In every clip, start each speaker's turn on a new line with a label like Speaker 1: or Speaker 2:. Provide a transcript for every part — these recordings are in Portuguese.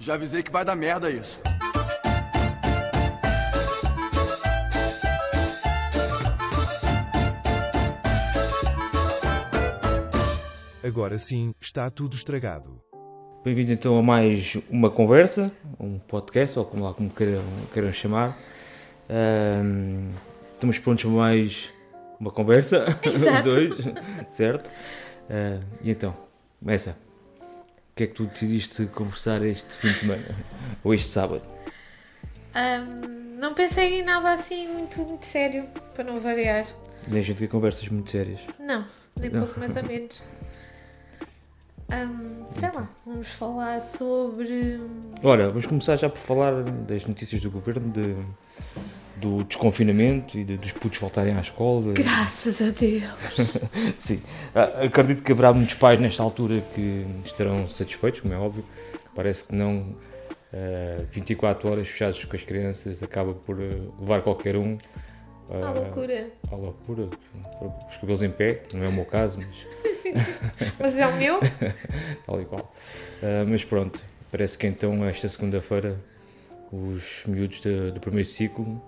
Speaker 1: Já avisei que vai dar merda isso.
Speaker 2: Agora sim, está tudo estragado.
Speaker 3: Bem-vindos então a mais uma conversa, um podcast, ou como lá como queiram, queiram chamar. Ahm, estamos prontos para mais uma conversa, os
Speaker 4: Exato.
Speaker 3: dois, certo? Ah, e então, começa. O que é que tu decidiste conversar este fim de semana? Ou este sábado?
Speaker 4: Ahm, não pensei em nada assim muito, muito sério, para não variar.
Speaker 3: Nem é gente que conversas muito sérias.
Speaker 4: Não, nem
Speaker 3: Não.
Speaker 4: pouco mais ou menos. Ahm, sei lá, vamos falar sobre. hum,
Speaker 3: Ora, vamos começar já por falar das notícias do governo, de, do desconfinamento e de- dos putos voltarem à escola.
Speaker 4: Graças a Deus!
Speaker 3: Sim, Ah, acredito que haverá muitos pais nesta altura que estarão satisfeitos, como é óbvio. Parece que não, ah, 24 horas fechados com as crianças acaba por ah, levar qualquer um
Speaker 4: Uma loucura.
Speaker 3: à loucura, com os cabelos em pé, não é o meu caso, mas
Speaker 4: Mas é o meu?
Speaker 3: tal e qual. Ah, mas pronto, parece que então esta segunda-feira os miúdos da- do primeiro ciclo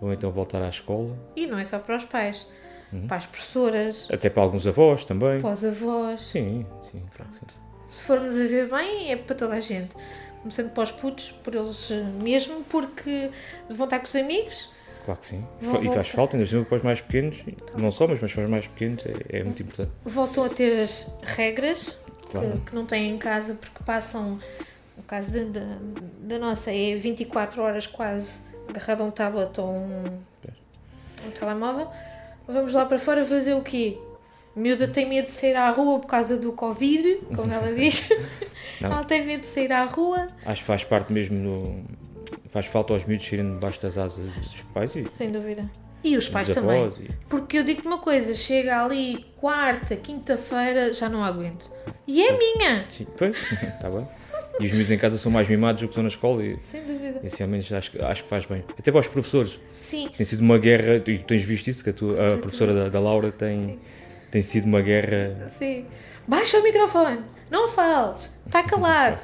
Speaker 3: vão então voltar à escola,
Speaker 4: E não é só para os pais.
Speaker 3: Uhum.
Speaker 4: Para as professoras,
Speaker 3: até para alguns avós também.
Speaker 4: para os avós.
Speaker 3: Sim, sim, claro que sim.
Speaker 4: Se formos a ver bem, é para toda a gente. Começando para os putos, por eles eh, mesmo, porque vão estar com os amigos.
Speaker 3: Claro que sim. e
Speaker 4: Vou
Speaker 3: faz
Speaker 4: voltar. Tá.
Speaker 3: falta, ainda por cima, para os mais pequenos, não só, mas mas para os mais pequenos é, é muito importante.
Speaker 4: voltam a ter as regras que-
Speaker 3: Claro.
Speaker 4: que, não têm em casa porque passam, no caso da- da da nossa, é 24 horas quase agarrado a um tablet ou um, um telemóvel. Vamos lá para fora fazer o quê? A Miúda tem medo de sair à rua por causa do Covid, como ela diz.
Speaker 3: Não.
Speaker 4: Ela tem medo de sair à rua.
Speaker 3: Acho que faz parte mesmo do. Faz falta aos miúdos irem debaixo das asas dos pais e
Speaker 4: Sem dúvida. E os pais
Speaker 3: dos
Speaker 4: também.
Speaker 3: avós. E...
Speaker 4: Porque eu digo-te uma coisa, chega ali quarta, quinta-feira, já não aguento. E é minha!
Speaker 3: Sim, pois, está bem. E os miúdos em casa são mais mimados do que estão na escola e,
Speaker 4: Sem dúvida.
Speaker 3: e assim, ao menos, acho, que- acho que faz bem. Até para os professores.
Speaker 4: Sim,
Speaker 3: Tem sido uma guerra, e tu tens visto isso, que a, tua, a professora da, da Laura tem, tem sido uma guerra.
Speaker 4: Sim. Baixa o microfone. Não fales. Está calado.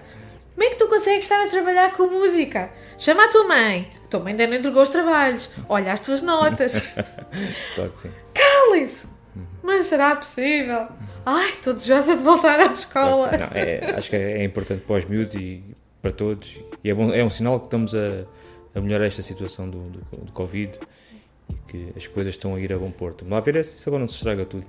Speaker 4: Como é que tu consegues estar a trabalhar com música? Chama a tua mãe. A tua mãe ainda não entregou os trabalhos. Olha as tuas notas.
Speaker 3: Claro que sim.
Speaker 4: Cala-se. Mas será possível? Ai, estou desejosa de voltar à escola.
Speaker 3: Não, é- acho que é, é importante para os miúdos e para todos. E é, bom, é um sinal que estamos a, a melhorar esta situação do, do, do Covid e que as coisas estão a ir a bom porto. Mas a ver é se isso agora não se estraga tudo.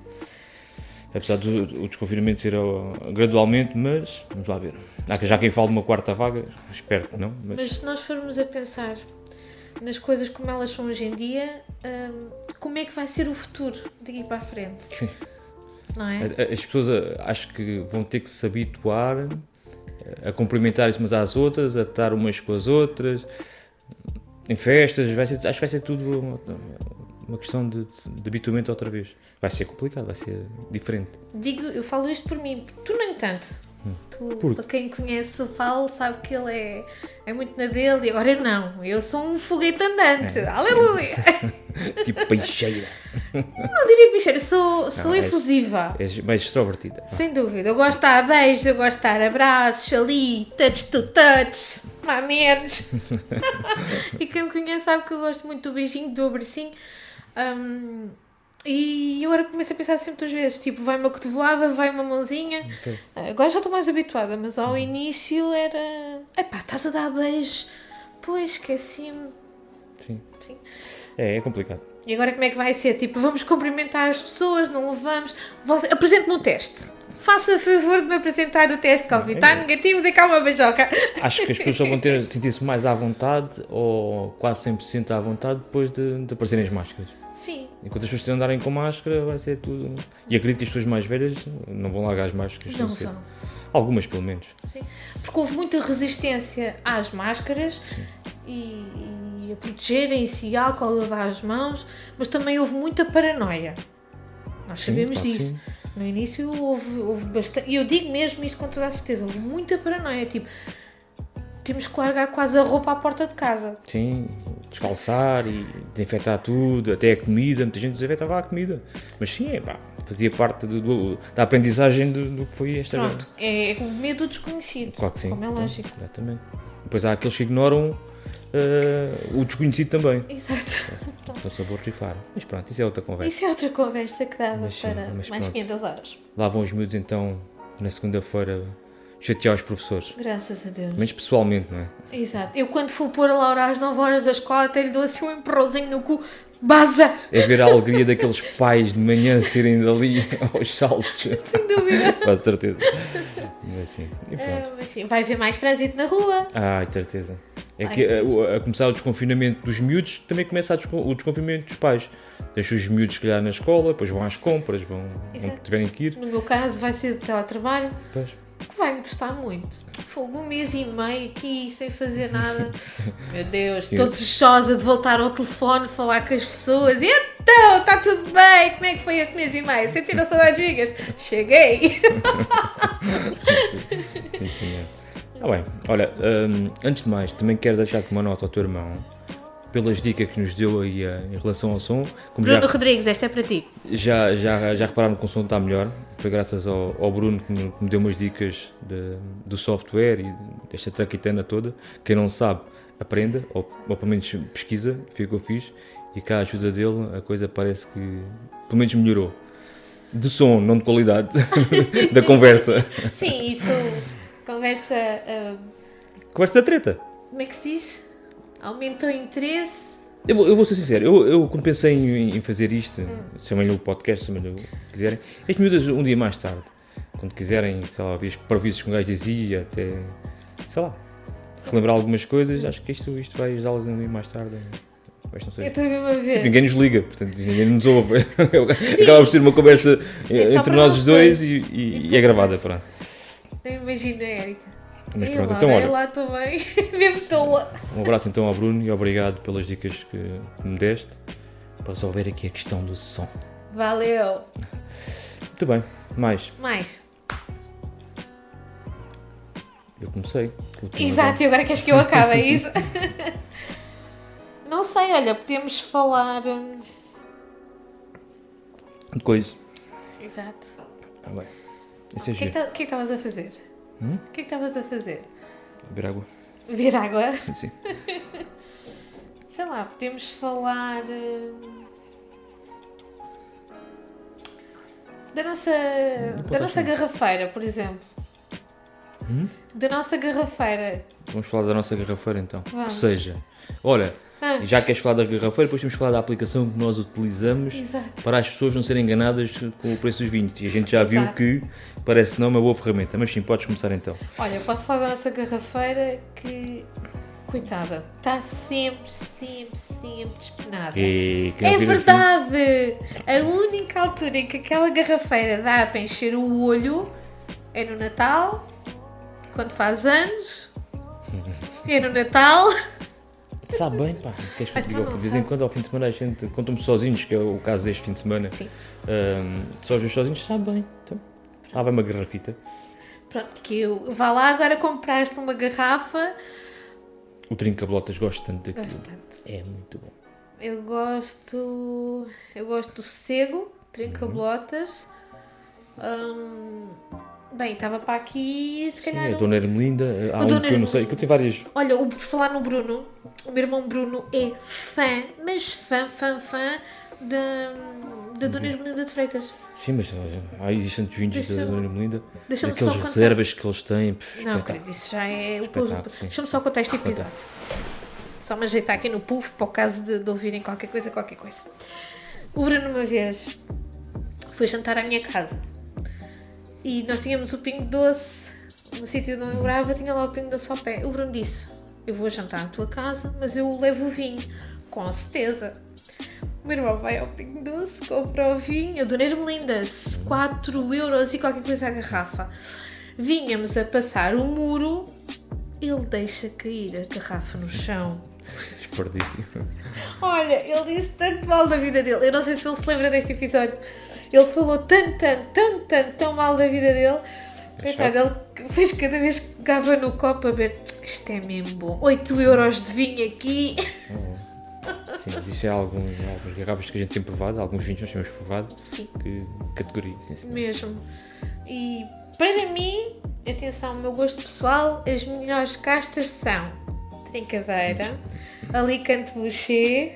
Speaker 3: Apesar do, do desconfinamento ser ó, gradualmente, mas vamos lá ver. Há que- já quem fala de uma quarta vaga, espero que não, mas,
Speaker 4: Mas se nós formos a pensar nas coisas como elas são hoje em dia, hum, como é que vai ser o futuro daqui para a frente? Não é?
Speaker 3: a- a- as pessoas ah, acho que vão ter que se habituar eh, a cumprimentar-se umas às outras, a estar umas com as outras, em festas, vai ser- acho que vai ser tudo uma, uma questão de, de habituamento outra vez. Vai ser complicado, vai ser diferente.
Speaker 4: Digo, eu falo isto por mim, tu nem tanto. Tu,
Speaker 3: Hum. Por-
Speaker 4: Para quem conhece o Paulo, sabe que ele é, é muito na dele e agora eu não. Eu sou um foguete andante.
Speaker 3: É,
Speaker 4: Aleluia!
Speaker 3: Tipo peixeira.
Speaker 4: Não diria bicheira, sou, sou
Speaker 3: é-
Speaker 4: efusiva.
Speaker 3: És mais extrovertida.
Speaker 4: Sem dúvida. Eu gosto de dar beijos, eu gosto de dar abraços ali, touch to touch, mais menos. e quem me conhece sabe que eu gosto muito do beijinho, do abracinho. Hum, e agora começo a pensar sempre duas vezes, tipo, vai uma cotovelada, vai uma mãozinha.
Speaker 3: Ok.
Speaker 4: Agora já estou mais habituada, mas ao início era... Epá, estás a dar beijos? Pois, esqueci-me.
Speaker 3: Sim.
Speaker 4: Sim.
Speaker 3: É, é complicado.
Speaker 4: E agora como é que vai ser? Tipo, vamos cumprimentar as pessoas, não levamos. Você... Apresente-me o teste. Faça favor de me apresentar o teste Covid. Está negativo, dê cá uma beijoca.
Speaker 3: Acho que as pessoas só vão ter sentir-se mais à vontade ou quase 100% à vontade depois de, de aparecerem as máscaras.
Speaker 4: Sim,
Speaker 3: Enquanto as pessoas andarem com máscara, vai ser tudo. E acredito que as pessoas mais velhas não vão largar as máscaras.
Speaker 4: Não
Speaker 3: tão cedo.
Speaker 4: vão.
Speaker 3: Algumas, pelo menos.
Speaker 4: sim. Porque houve muita resistência às máscaras e, e a protegerem-se, e álcool, lavar as mãos, mas também houve muita paranoia. Nós sabemos
Speaker 3: claro que
Speaker 4: disso.
Speaker 3: sim.
Speaker 4: No início houve, houve bastante. E eu digo mesmo isto com toda a certeza: houve muita paranoia. Tipo, temos que largar quase a roupa à porta de casa.
Speaker 3: Sim, descalçar e desinfetar tudo, até a comida, muita gente desinfetava a comida. Mas sim, é, pá, fazia parte do- do- da aprendizagem do, do que foi esta gente.
Speaker 4: Pronto, é, é com medo do desconhecido.
Speaker 3: Claro que sim.
Speaker 4: Como é
Speaker 3: então,
Speaker 4: lógico.
Speaker 3: Exatamente. Depois há aqueles que ignoram eh, o desconhecido também. Então
Speaker 4: Exato.
Speaker 3: Estão-se a borrifar. Mas pronto, isso é outra conversa.
Speaker 4: Isso é outra conversa que dava
Speaker 3: Mas sim,
Speaker 4: para
Speaker 3: mas
Speaker 4: mais
Speaker 3: pronto.
Speaker 4: 500 horas.
Speaker 3: Lá vão os miúdos então, na segunda-feira, chatear os professores.
Speaker 4: Graças a Deus.
Speaker 3: Mas pessoalmente, não é?
Speaker 4: Exato. Eu quando for pôr a Laura às 9 horas da escola, até lhe dou assim um empurrãozinho no cu. Baza!
Speaker 3: É ver a alegria daqueles pais de manhã serem dali aos saltos.
Speaker 4: Sem dúvida.
Speaker 3: Quase certeza. Mas sim. E pronto.
Speaker 4: Ah, mas sim, vai haver mais trânsito na rua.
Speaker 3: Ai, de certeza. É que a, o- a começar o desconfinamento dos miúdos, também começa a descon- o desconfinamento dos pais. Deixa os miúdos, se calhar, na escola, depois vão às compras, vão
Speaker 4: Exato.
Speaker 3: onde tiverem que ir.
Speaker 4: No meu caso, vai ser do teletrabalho,
Speaker 3: Pois.
Speaker 4: que vai me custar muito. Fogo um mês e meio aqui, sem fazer nada. meu Deus, estou
Speaker 3: Eu-
Speaker 4: desejosa de voltar ao telefone, falar com as pessoas. E então, está tudo bem? Como é que foi este mês e meio? Sentiram saudades minhas? Cheguei!
Speaker 3: Sim, senhor. Ah, bem, olha, hum, antes de mais, também quero deixar aqui uma nota ao teu irmão pelas dicas que nos deu aí eh, em relação ao som. Como já,
Speaker 4: Bruno Rodrigues, esta é para ti.
Speaker 3: já, já, já repararam que o som está melhor, foi graças ao, ao Bruno que me, que me deu umas dicas de- do software e desta traquitana toda. Quem não sabe, aprenda, ou, ou pelo menos pesquisa, foi o que eu fiz, e cá a ajuda dele a coisa parece que pelo menos melhorou. De som, não de qualidade, da conversa.
Speaker 4: Sim, isso. Conversa. ah,
Speaker 3: Conversa da treta.
Speaker 4: como é que se diz? Aumentou o interesse.
Speaker 3: Eu vou, eu vou ser sincero, eu, eu quando pensei em, em fazer isto,
Speaker 4: Hum.
Speaker 3: chamem-lhe o podcast, chamem-lhe o que quiserem, as miúdas um dia mais tarde, quando quiserem, sei lá, ouvir os parvisos que um gajo dizia, até, sei lá, relembrar algumas coisas, acho que isto, isto vai ajudá-las um dia mais tarde. Mas não
Speaker 4: Eu
Speaker 3: sei.
Speaker 4: estou mesmo a ver.
Speaker 3: Tipo, ninguém nos liga, portanto, ninguém nos ouve. Acaba por ser uma conversa eh,
Speaker 4: É só
Speaker 3: entre
Speaker 4: para
Speaker 3: nós
Speaker 4: nós
Speaker 3: os dois
Speaker 4: dois.
Speaker 3: e, e- e é gravada, pronto.
Speaker 4: Imagina, Érica.
Speaker 3: Mas
Speaker 4: Ei
Speaker 3: pronto,
Speaker 4: lá,
Speaker 3: então
Speaker 4: vai
Speaker 3: olha,
Speaker 4: lá também, mesmo toa.
Speaker 3: Um abraço então ao Bruno e obrigado pelas dicas que que me deste para resolver aqui a questão do som.
Speaker 4: Valeu.
Speaker 3: Muito bem, mais.
Speaker 4: Mais.
Speaker 3: Eu comecei. Eu tinha
Speaker 4: Exato, e agora queres que eu acabe, é isso? Não sei, olha, podemos falar. hum,
Speaker 3: agora De coisa.
Speaker 4: Exato.
Speaker 3: Ah, bem. Isso é
Speaker 4: O que é que
Speaker 3: giro.
Speaker 4: ta- o que é que estavas a fazer?
Speaker 3: Hum?
Speaker 4: O que é que estavas a fazer? tá-
Speaker 3: Beber água.
Speaker 4: Ver água?
Speaker 3: Sim.
Speaker 4: Sei lá, podemos falar. hum, Da nossa, da
Speaker 3: pode
Speaker 4: nossa
Speaker 3: achar.
Speaker 4: garrafeira, por exemplo. Da nossa garrafeira.
Speaker 3: Vamos falar da nossa garrafeira então.
Speaker 4: Vamos.
Speaker 3: Que seja. Olha,
Speaker 4: Ah.
Speaker 3: já queres falar da garrafeira, depois temos que falar da aplicação que nós utilizamos
Speaker 4: Exato.
Speaker 3: para as pessoas não serem enganadas com o preço dos vinhos. E a gente já viu
Speaker 4: Exato.
Speaker 3: que parece não é uma boa ferramenta. Mas sim, podes começar então.
Speaker 4: Olha, posso falar da nossa garrafeira que. Coitada, está sempre, sempre, sempre despenada.
Speaker 3: E quem
Speaker 4: É
Speaker 3: ouvir assim-
Speaker 4: verdade! A única altura em que aquela garrafeira dá para encher o olho é no Natal, quando faz anos, é no Natal.
Speaker 3: Sabe bem, pá, queres que eu te
Speaker 4: Então
Speaker 3: diga?
Speaker 4: não
Speaker 3: De vez em
Speaker 4: sabe.
Speaker 3: quando, ao fim de semana, a gente conta-me sozinhos, que é o caso deste fim de semana.
Speaker 4: Sim.
Speaker 3: Ahm, só os dois sozinhos, sabe bem. Então, lá vai uma garrafita.
Speaker 4: Pronto, porque eu. Vá lá agora compraste uma garrafa.
Speaker 3: O Trinca-Bolotas gosta tanto daquilo.
Speaker 4: Gosto tanto.
Speaker 3: É muito bom.
Speaker 4: Eu gosto. Eu gosto do cego,
Speaker 3: Uhum.
Speaker 4: trinca-bolotas. Hum, bem, estava para aqui se
Speaker 3: Sim,
Speaker 4: calhar.
Speaker 3: a
Speaker 4: não-
Speaker 3: Dona Ermelinda, há
Speaker 4: O
Speaker 3: um
Speaker 4: Dona
Speaker 3: que eu não sei,
Speaker 4: Ermelinda.
Speaker 3: que tem várias.
Speaker 4: Olha, o, por falar no Bruno, o meu irmão Bruno é fã, mas fã, fã, fã da, da
Speaker 3: Uhum.
Speaker 4: Dona Esmeralda de Freitas.
Speaker 3: Sim, mas ah, há existem tantos vinhos da
Speaker 4: Deixa-me-
Speaker 3: Dona Ermelinda.
Speaker 4: deixa-me
Speaker 3: Aquelas
Speaker 4: só contar.
Speaker 3: reservas que eles têm. Pff,
Speaker 4: Não,
Speaker 3: espetáculo.
Speaker 4: querido, isso já é o
Speaker 3: Espetáculo,
Speaker 4: puff.
Speaker 3: sim.
Speaker 4: Deixa-me só contar este episódio. Só me ajeitar aqui no puff para o caso de, de ouvirem qualquer coisa, qualquer coisa. O Bruno, uma vez, foi jantar à minha casa e nós tínhamos o pingo doce no sítio onde eu morava, tinha lá o pingo doce ao pé. O Bruno disse: Eu vou jantar à tua casa, mas eu levo o vinho, com certeza. O meu irmão vai ao Pingo Doce, compra o vinho, a Dona Ermelinda, 4 euros e qualquer coisa a garrafa. Vínhamos a passar o muro, ele deixa cair a garrafa no chão.
Speaker 3: Desperdício.
Speaker 4: Olha, ele disse tanto mal da vida dele. Eu não sei se ele se lembra deste episódio. Ele falou tanto, tanto, tanto, tanto, tão mal da vida dele. Coitado, ele fez cada vez que pegava no copo a ver. Isto é mesmo bom. 8 euros de vinho aqui.
Speaker 3: Sim, existem alguns, é alguns garrafas que a gente tem provado, alguns vinhos nós temos provado.
Speaker 4: Sim.
Speaker 3: Que categoria, sim, sim.
Speaker 4: mesmo. E para mim, atenção, o meu gosto pessoal, as melhores castas são Trincadeira, Alicante Boucher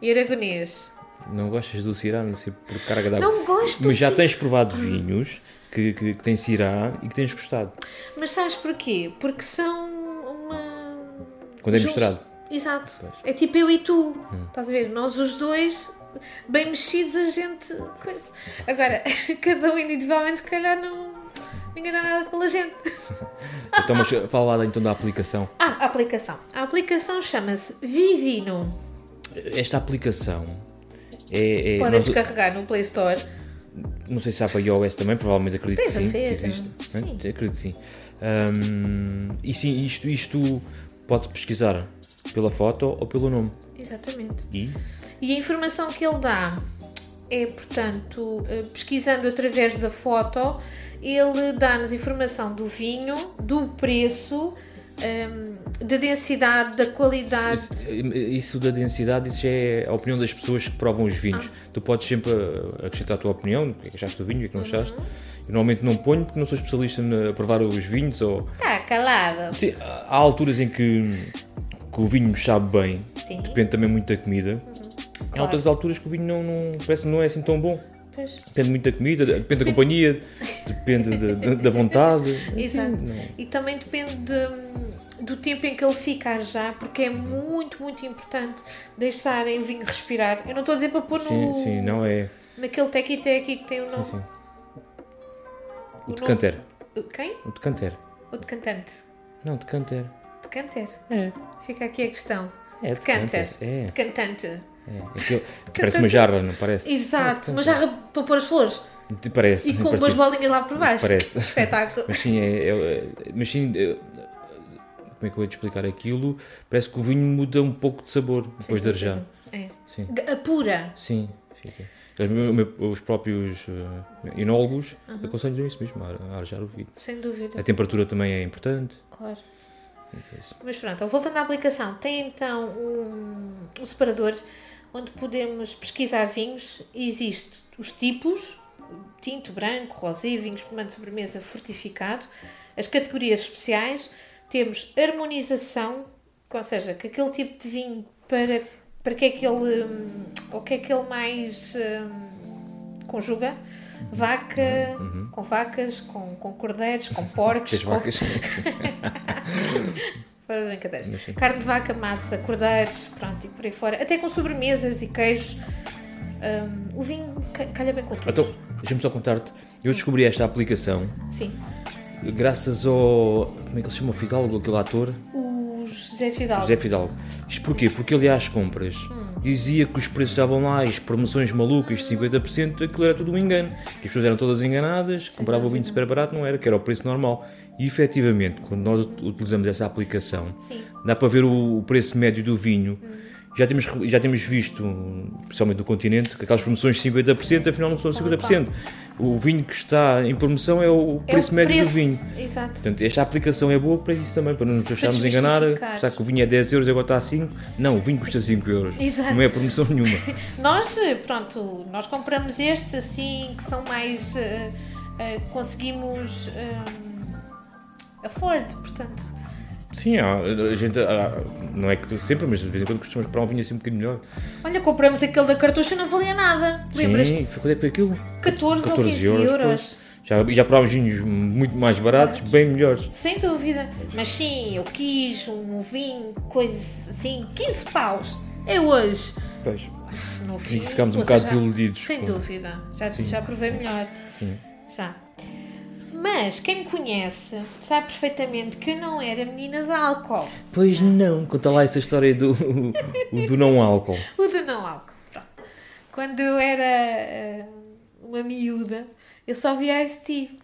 Speaker 4: e Aragonês.
Speaker 3: Não gostas do cirá, não sei por carga d'água.
Speaker 4: Não gosto,
Speaker 3: Mas já
Speaker 4: sim.
Speaker 3: tens provado vinhos que, que, que têm cirá e que tens gostado.
Speaker 4: Mas sabes porquê? Porque são uma.
Speaker 3: Quando é
Speaker 4: jun-
Speaker 3: misturado.
Speaker 4: Exato.
Speaker 3: Pois. Hum.
Speaker 4: É tipo eu e tu. Estás a ver? Nós os dois, bem mexidos, a gente. Coisa. Agora, cada um individualmente, se calhar, não. Ninguém dá nada pela gente.
Speaker 3: Então, mas fala lá então da aplicação.
Speaker 4: Ah, a aplicação. A aplicação chama-se Vivino.
Speaker 3: Esta aplicação é. é
Speaker 4: Podem
Speaker 3: nós-
Speaker 4: descarregar no Play Store.
Speaker 3: não sei se há para iOS também, provavelmente acredito
Speaker 4: Tem
Speaker 3: que sim. que
Speaker 4: certeza.
Speaker 3: existe,
Speaker 4: Sim.
Speaker 3: né? Acredito que sim. Hum, e sim, isto, isto pode pesquisar pela foto ou pelo nome.
Speaker 4: Exatamente.
Speaker 3: E
Speaker 4: E a informação que ele dá é, portanto, eh, pesquisando através da foto, ele dá-nos informação do vinho, do preço, ehm, da densidade, da qualidade.
Speaker 3: isso da densidade, isso já é a opinião das pessoas que provam os vinhos. Tu podes sempre ah, acrescentar a tua opinião, o que é que achaste do vinho, o que é que não
Speaker 4: Uhum.
Speaker 3: achaste. Eu normalmente não ponho porque não sou especialista na- a provar os vinhos ou,
Speaker 4: Está calada.
Speaker 3: Sim, há alturas em que, que o vinho nos sabe bem,
Speaker 4: Sim. Uhum.
Speaker 3: depende também muito da comida. Há
Speaker 4: Claro.
Speaker 3: outras alturas que o vinho não, não- parece que não é assim tão bom.
Speaker 4: Pois.
Speaker 3: Depende muito da comida, depende da companhia, depende da- da- da vontade.
Speaker 4: Exato.
Speaker 3: Assim, não.
Speaker 4: E também depende de- do tempo em que ele fica a já, porque é muito, muito importante deixarem o vinho respirar. Eu não estou a dizer para pôr no,
Speaker 3: Sim, sim, não é.
Speaker 4: naquele tequi-tequi que tem o nome.
Speaker 3: Sim, sim. O
Speaker 4: nome-
Speaker 3: decanter.
Speaker 4: Quem?
Speaker 3: O decanter.
Speaker 4: O decantante.
Speaker 3: Não, decanter.
Speaker 4: Decanter.
Speaker 3: É.
Speaker 4: Fica aqui a questão.
Speaker 3: É,
Speaker 4: Decanter.
Speaker 3: decanter, é.
Speaker 4: Decantante.
Speaker 3: É. Aquilo- parece
Speaker 4: é
Speaker 3: uma jarra, não parece?
Speaker 4: Exato. Uma jarra para pôr as flores.
Speaker 3: Parece.
Speaker 4: E com
Speaker 3: Ah, parece.
Speaker 4: umas bolinhas lá por baixo.
Speaker 3: Parece.
Speaker 4: Espetáculo.
Speaker 3: Mas sim, é, é- é- mas sim, é- como é que eu vou te explicar aquilo? Parece que o vinho muda um pouco de sabor depois de arejar.
Speaker 4: É.
Speaker 3: Sim,
Speaker 4: G- Apura.
Speaker 3: sim, fica. Os, meu- meu- os próprios eh, enólogos aconselham isso mesmo, a a arejar o vinho.
Speaker 4: Sem dúvida.
Speaker 3: A temperatura também é importante.
Speaker 4: Claro.
Speaker 3: é isso.
Speaker 4: Mas pronto, então, voltando à aplicação, tem então um, um separador onde podemos pesquisar vinhos. Existe os tipos, tinto, branco, rosé, vinho espumante de sobremesa fortificado, as categorias especiais, temos harmonização, que, ou seja, que aquele tipo de vinho para, para que é que ele, hum, o que é que ele mais hum, conjuga, vaca, com vacas, com, com cordeiros, com porcos,
Speaker 3: As
Speaker 4: com
Speaker 3: vacas.
Speaker 4: Fora de brincadeiras. Carne de vaca, massa, cordeiros, pronto, e por aí fora. Até com sobremesas e queijos. Hum, o vinho ca- calha bem com tudo.
Speaker 3: Então, deixa-me só contar-te. Eu descobri esta aplicação
Speaker 4: Sim.
Speaker 3: graças ao. Como é que ele se chama? O Fidalgo, aquele ator.
Speaker 4: O José Fidalgo.
Speaker 3: José Fidalgo. Hum. Isto porquê? Porque ele ia às compras. Dizia que os preços estavam lá, as promoções malucas de 50%, aquilo era tudo um engano. Que as pessoas eram todas enganadas, compravam vinho super barato, não era, que era o preço normal. E efetivamente, quando nós ut- utilizamos essa aplicação,
Speaker 4: Sim.
Speaker 3: dá para ver o, o preço médio do vinho. Já temos, re- já temos visto, principalmente no continente, que aquelas promoções de 50% afinal não são 50%. O vinho que está em promoção é o
Speaker 4: É o
Speaker 3: preço médio do vinho.
Speaker 4: Exato.
Speaker 3: Portanto, esta aplicação é boa para isso também, para não nos deixarmos enganar.
Speaker 4: desmistificar.
Speaker 3: Será que o vinho é 10 euros e agora está a 5? Não, o vinho custa 5 euros.
Speaker 4: Exato.
Speaker 3: Não é promoção nenhuma.
Speaker 4: Nós, eh, pronto, nós compramos estes assim, que são mais. eh, eh, conseguimos. a afford, portanto.
Speaker 3: Sim, há- a gente, há- não é que tu- sempre, mas de vez em quando costumamos comprar um vinho assim um bocadinho melhor.
Speaker 4: Olha, compramos aquele da cartucho não valia nada. Lembras-te?
Speaker 3: Sim, foi- quanto é que foi aquilo?
Speaker 4: 14 ou 15 euros.
Speaker 3: pois. Já, e já provámos vinhos muito mais baratos, bem melhores.
Speaker 4: Sem dúvida. Mas sim, eu quis um vinho, coisa assim, 15 paus. É hoje.
Speaker 3: Pois,
Speaker 4: No fim,
Speaker 3: ficámos um
Speaker 4: vocês
Speaker 3: bocado
Speaker 4: já-
Speaker 3: desiludidos
Speaker 4: Sem
Speaker 3: com-
Speaker 4: dúvida. Já, já provei melhor.
Speaker 3: Sim.
Speaker 4: Já. Mas quem me conhece sabe perfeitamente que eu não era menina de álcool.
Speaker 3: pois não, conta lá essa história do, o do não álcool.
Speaker 4: O do não álcool. Pronto. Quando eu era eh, uma miúda, eu só via esse tipo.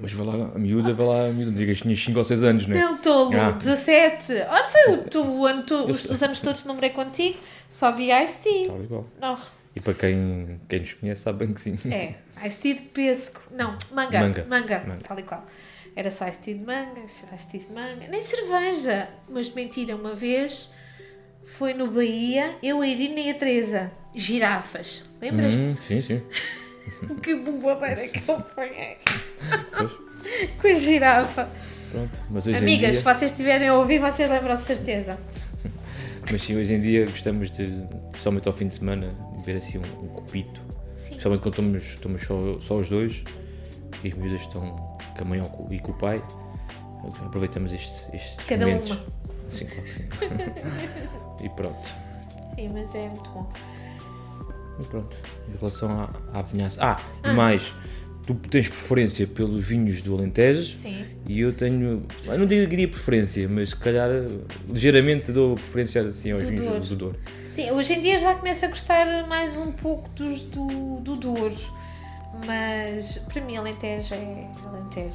Speaker 3: Mas vai lá, a miúda, vai lá, a miúda, digas que tinhas 5 ou 6 anos, não é?
Speaker 4: Não, tolo,
Speaker 3: Ah.
Speaker 4: 17. Olha, foi o, tu, o ano, tu, os, os anos todos que namorei contigo, só vi Ice-T.
Speaker 3: Tal e qual.
Speaker 4: Não,
Speaker 3: E para quem, quem nos conhece sabe bem que sim.
Speaker 4: é. Ice-T de pesco. Não, manga.
Speaker 3: Manga.
Speaker 4: Manga.
Speaker 3: Manga.
Speaker 4: Tal e qual. Era só Ice-T de manga, ice-t de manga. Nem cerveja. Mas mentira, uma vez Foi no Bahia, eu, a Irina e a Teresa. Girafas. Lembras-te?
Speaker 3: Hum, sim, sim. Hum.
Speaker 4: Que bombadeira que eu apanhei
Speaker 3: Pois,
Speaker 4: com a girafa.
Speaker 3: pronto. Mas hoje em
Speaker 4: Amigas,
Speaker 3: dia...
Speaker 4: se vocês estiverem a ouvir, vocês lembram de certeza.
Speaker 3: Mas sim, hoje em dia gostamos de, principalmente ao fim de semana, de ver assim um, um copito. Principalmente quando estamos, estamos só, só os dois e as miúdas estão com a mãe ou com- e com o pai. Aproveitamos este, estes
Speaker 4: Cada
Speaker 3: momentos.
Speaker 4: uma.
Speaker 3: Sim, claro que sim. e pronto.
Speaker 4: Sim, mas é muito bom.
Speaker 3: E pronto. Em relação à, à vinhaça. Ah, e mais, tu tens preferência pelos vinhos do Alentejo
Speaker 4: Sim.
Speaker 3: e eu tenho. Eu não digo- diria preferência, mas se calhar ligeiramente dou preferência assim aos
Speaker 4: Do
Speaker 3: vinhos
Speaker 4: Douro.
Speaker 3: do Douro.
Speaker 4: Sim, hoje em dia já começo a gostar mais um pouco dos do, do Douro. Mas para mim Alentejo é Alentejo.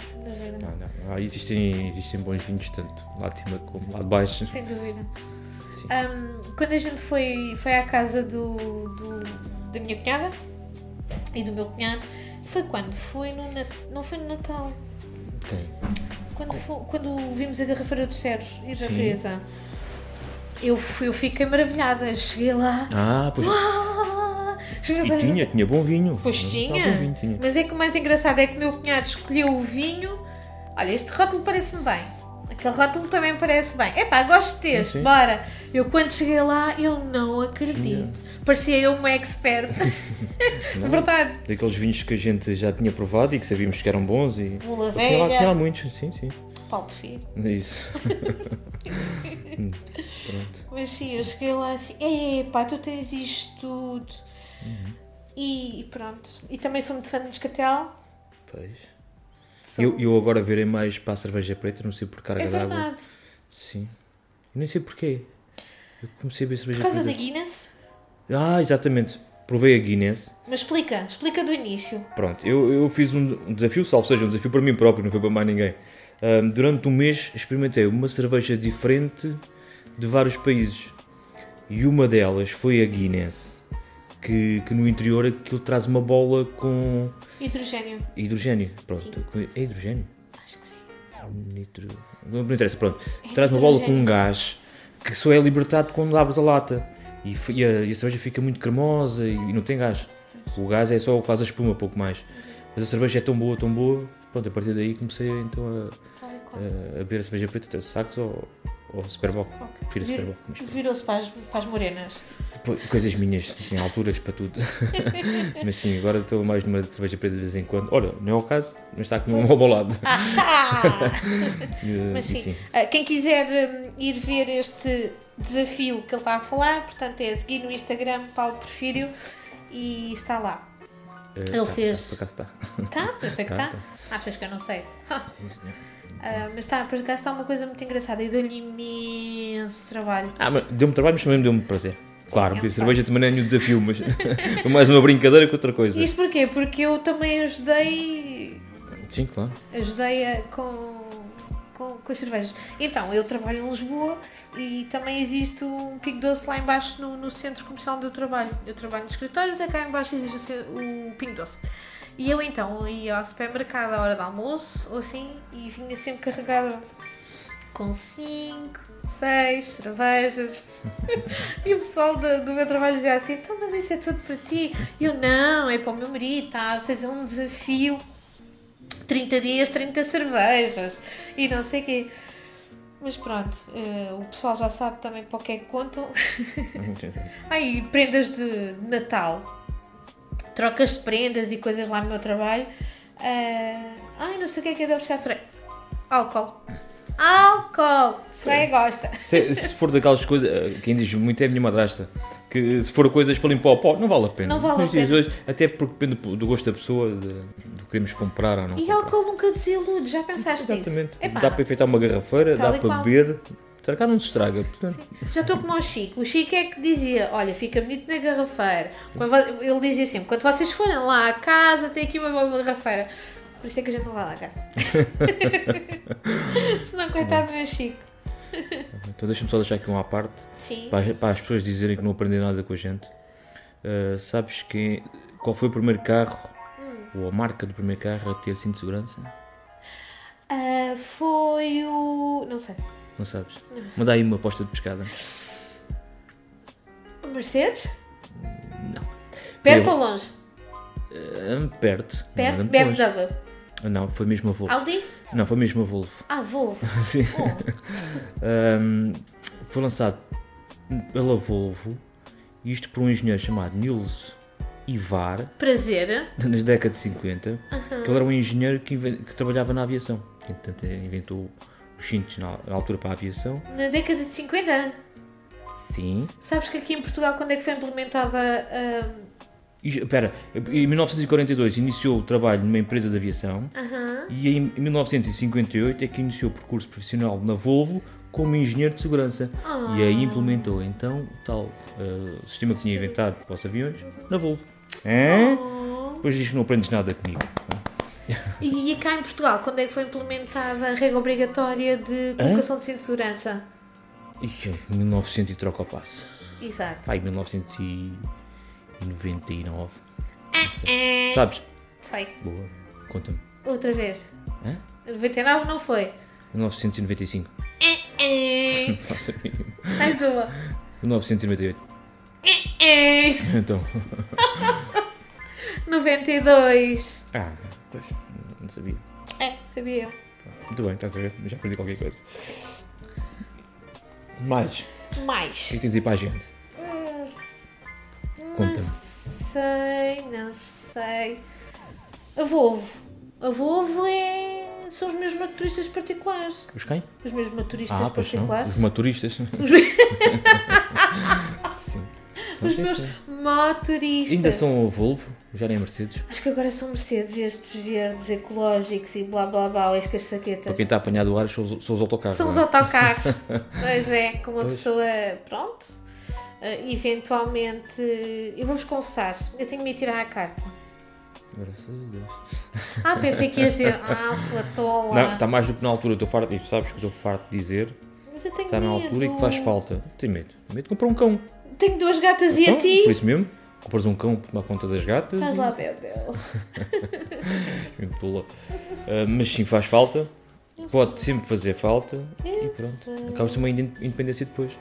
Speaker 4: Sem dúvida.
Speaker 3: Não, não. Ah, existem, existem bons vinhos, tanto lá de cima como lá de baixo.
Speaker 4: Sem dúvida. Ahm, quando a gente foi, foi à casa do, do- da minha cunhada e do meu cunhado, foi quando? Foi no Nat- Não foi no Natal.
Speaker 3: Quem?
Speaker 4: Quando, fo- quando vimos a garrafeira dos Ceros e da
Speaker 3: Oh. Sim.
Speaker 4: Teresa, eu, fui- eu fiquei maravilhada. Cheguei lá.
Speaker 3: Ah, pois.
Speaker 4: Ah! Os meus
Speaker 3: E
Speaker 4: olhos-
Speaker 3: tinha, tinha bom vinho.
Speaker 4: Pois
Speaker 3: Estava
Speaker 4: tinha.
Speaker 3: Bom vinho, tinha.
Speaker 4: Mas é que o mais engraçado é que o meu cunhado escolheu o vinho. Olha, este rótulo parece-me bem. Aquele rótulo também parece bem. Epá, gosto deste,
Speaker 3: Sim, sim.
Speaker 4: bora. Eu quando cheguei lá, eu não acredito.
Speaker 3: é.
Speaker 4: Parecia eu uma expert.
Speaker 3: Não.
Speaker 4: Verdade.
Speaker 3: Daqueles vinhos que a gente já tinha provado e que sabíamos que eram bons e.
Speaker 4: Mula
Speaker 3: Tinha lá,
Speaker 4: velha.
Speaker 3: tinha lá muitos, sim, sim.
Speaker 4: Paulo Filho.
Speaker 3: Isso. Hum, Pronto.
Speaker 4: Mas sim, eu cheguei lá assim, epá, tu tens isto tudo.
Speaker 3: Uhum.
Speaker 4: E pronto. E também sou muito fã de Moscatel.
Speaker 3: Pois.
Speaker 4: Sou-
Speaker 3: Eu, eu agora virei mais para a cerveja preta, não sei por carga
Speaker 4: É
Speaker 3: d'água.
Speaker 4: verdade.
Speaker 3: Sim. Eu nem sei porquê. Eu comecei a beber cerveja
Speaker 4: Por causa da
Speaker 3: preta.
Speaker 4: Guinness.
Speaker 3: Ah, exatamente. Provei a Guinness.
Speaker 4: Mas explica, explica do início.
Speaker 3: Pronto, eu, eu fiz um, um desafio, salvo seja, um desafio para mim próprio, não foi para mais ninguém. Ahm, durante um mês experimentei uma cerveja diferente de vários países. E uma delas foi a Guinness, que, que no interior aquilo traz uma bola com
Speaker 4: Hidrogênio.
Speaker 3: hidrogênio. Pronto, com- é hidrogênio?
Speaker 4: Acho que sim.
Speaker 3: Nitro. Não, não interessa, pronto.
Speaker 4: É
Speaker 3: Traz uma bola com
Speaker 4: hidrogênio.
Speaker 3: um gás que só é libertado quando abres a lata. E, f- e a, e a cerveja fica muito cremosa e, e não tem gás. O gás é só o que faz a espuma, pouco mais. Mas a cerveja é tão boa, tão boa. Pronto, a partir daí comecei então
Speaker 4: Tal e qual.
Speaker 3: a, a, a beber a cerveja preta, tanto sacos ou, ou Superboc.
Speaker 4: Ok.
Speaker 3: Prefiro
Speaker 4: é Vir-
Speaker 3: Superboc. Mas
Speaker 4: Virou-se para as, para as morenas.
Speaker 3: pô, coisas minhas, tem alturas para tudo. mas sim, agora estou mais numa cerveja preta de vez em quando. Olha, não é o caso, mas está com uma bolada.
Speaker 4: Ah,
Speaker 3: Ah,
Speaker 4: Mas sim, ah, quem quiser hum, ir ver este desafio que ele está a falar, portanto é seguir no Instagram Paulo Porfírio e está lá. Ele fez.
Speaker 3: eh, tá, por acaso está.
Speaker 4: Tá? Eu sei que
Speaker 3: Tá,
Speaker 4: está. Achas que eu não sei? Ah, mas está, por acaso está uma coisa muito engraçada e dou-lhe imenso trabalho.
Speaker 3: Ah, mas deu-me trabalho, mas também me deu-me prazer. Claro,
Speaker 4: é um
Speaker 3: porque a cerveja também não é nenhum desafio, mas foi mais uma brincadeira que outra coisa.
Speaker 4: Isto porquê? Porque eu também ajudei
Speaker 3: Sim, claro.
Speaker 4: ajudei-a com, com, com as cervejas. Então, eu trabalho em Lisboa e também existe um Pico Doce lá embaixo no, no centro comercial onde eu trabalho. Eu trabalho nos escritórios, é cá embaixo existe o, ce- o Pingo Doce. E eu então ia ao supermercado à hora do almoço ou assim e vinha sempre carregada com 5, 6 cervejas. e o pessoal do, do meu trabalho dizia assim: então, mas isso é tudo para ti? E eu não, é para o meu marido, está a fazer um desafio 30 dias, 30 cervejas e não sei o quê. Mas pronto, eh, o pessoal já sabe também para o que é que contam. Ai, e prendas de de Natal, trocas de prendas e coisas lá no meu trabalho. Ah, ai, não sei o que é que é de oferecer à Soraya. Álcool. Álcool! Soraya gosta.
Speaker 3: se, se for daquelas coisas, eh, quem diz muito é a minha madrasta, que se for coisas para limpar o pó, não vale a pena.
Speaker 4: Não vale a
Speaker 3: Nos dias
Speaker 4: pena.
Speaker 3: de hoje, até porque depende do gosto da pessoa, de- do que queremos comprar ou não.
Speaker 4: E
Speaker 3: comprar.
Speaker 4: álcool nunca desilude, já pensaste
Speaker 3: Exatamente.
Speaker 4: nisso? Epá,
Speaker 3: Dá para enfeitar uma garrafeira,
Speaker 4: Tal
Speaker 3: dá
Speaker 4: e
Speaker 3: para
Speaker 4: qual.
Speaker 3: beber. Será que ela não se estraga? Portanto,
Speaker 4: Já estou como o Chico. O Chico é que dizia: Olha, fica bonito na garrafeira. Quando vo- ele dizia sempre: Quando vocês forem lá à casa, tem aqui uma boa garrafeira. Por isso é que a gente não vai lá à casa. Senão, coitado do meu Chico.
Speaker 3: então deixa-me só deixar aqui um à parte.
Speaker 4: Sim.
Speaker 3: para, as- para as pessoas dizerem que não aprenderam nada com a gente, uh, sabes que, qual foi o primeiro carro, ou a marca do primeiro carro a ter cinto de segurança?
Speaker 4: Ah, foi o. Não sei.
Speaker 3: Não sabes? Manda aí uma aposta de pescada.
Speaker 4: Mercedes?
Speaker 3: Não.
Speaker 4: Perto
Speaker 3: Eu-
Speaker 4: ou longe?
Speaker 3: Ah, perto.
Speaker 4: Perto?
Speaker 3: Não,
Speaker 4: BMW.
Speaker 3: depois. Não, foi mesmo a Volvo.
Speaker 4: Aldi?
Speaker 3: Não, foi mesmo a Volvo.
Speaker 4: Ah, vou.
Speaker 3: Sim.
Speaker 4: Oh,
Speaker 3: Ahm, foi lançado pela Volvo, isto por um engenheiro chamado Niels Ivar,
Speaker 4: prazer.
Speaker 3: nas décadas de 50, que ele era um engenheiro que, inven- que trabalhava na aviação. Portanto, ele inventou os cintos na na altura para a aviação.
Speaker 4: Na década de 50.
Speaker 3: Sim.
Speaker 4: Sabes que aqui em Portugal, quando é que foi implementada hum,
Speaker 3: E, espera, em 1942 iniciou o trabalho numa empresa de aviação
Speaker 4: Aham.
Speaker 3: e em 1958 é que iniciou o percurso profissional na Volvo como engenheiro de segurança. E aí implementou então o tal ah, sistema que tinha inventado para os aviões na Volvo. Hã?
Speaker 4: Ah. Oh.
Speaker 3: Depois diz que não aprendes nada comigo.
Speaker 4: E cá em Portugal, quando é que foi implementada a regra obrigatória de colocação de cinto de segurança?
Speaker 3: Ih, 1900 e troca o passo.
Speaker 4: Exato.
Speaker 3: Pai, 1999.
Speaker 4: É,
Speaker 3: Sabes?
Speaker 4: Sei.
Speaker 3: Boa. Conta-me.
Speaker 4: Outra vez.
Speaker 3: Hã?
Speaker 4: 99 não foi.
Speaker 3: 1995.
Speaker 4: É, é.
Speaker 3: Nossa, mínimo.
Speaker 4: Mais uma.
Speaker 3: 1998.
Speaker 4: É.
Speaker 3: Então.
Speaker 4: 92.
Speaker 3: Ah, pois. Não sabia.
Speaker 4: É, sabia.
Speaker 3: Muito bem, estás a ver? Já aprendi qualquer coisa. Mais. O
Speaker 4: Mais.
Speaker 3: que é que tens aí para a gente?
Speaker 4: Não
Speaker 3: Conta-me.
Speaker 4: sei, não sei. A Volvo. A Volvo é... são os meus motoristas particulares.
Speaker 3: Os quem?
Speaker 4: Os meus motoristas
Speaker 3: Ah, pois não.
Speaker 4: particulares.
Speaker 3: Os motoristas. Sim.
Speaker 4: Os meus motoristas.
Speaker 3: é. Ainda são o Volvo, já nem a Mercedes.
Speaker 4: Acho que agora são Mercedes estes verdes ecológicos e blá blá blá, as
Speaker 3: Para
Speaker 4: caçaquetas.
Speaker 3: quem está apanhado o ar são os, são os autocarros.
Speaker 4: São os
Speaker 3: não é?
Speaker 4: autocarros. pois é, com uma
Speaker 3: Pois.
Speaker 4: pessoa. Pronto. eh, eventualmente. Eu vou-vos confessar, eu tenho que me tirar a carta.
Speaker 3: Graças a Deus.
Speaker 4: Ah, pensei que ias dizer. Ah, sua tola.
Speaker 3: Não, tá, está mais do que na altura, estou farto disso, sabes que estou farto de dizer.
Speaker 4: Mas eu tenho
Speaker 3: Está tá na
Speaker 4: medo.
Speaker 3: altura e que faz falta. Tenho medo. Tenho medo de comprar um cão.
Speaker 4: Tenho duas gatas e
Speaker 3: Então,
Speaker 4: a ti.
Speaker 3: Por isso mesmo, compras um cão para tomar conta das gatas.
Speaker 4: Faz
Speaker 3: e-
Speaker 4: lá, bebê.
Speaker 3: e pula. Ah, mas sim, faz falta. Pode sempre fazer falta. e
Speaker 4: Eu
Speaker 3: pronto.
Speaker 4: sei.
Speaker 3: Acabas de ter uma inde- independência depois.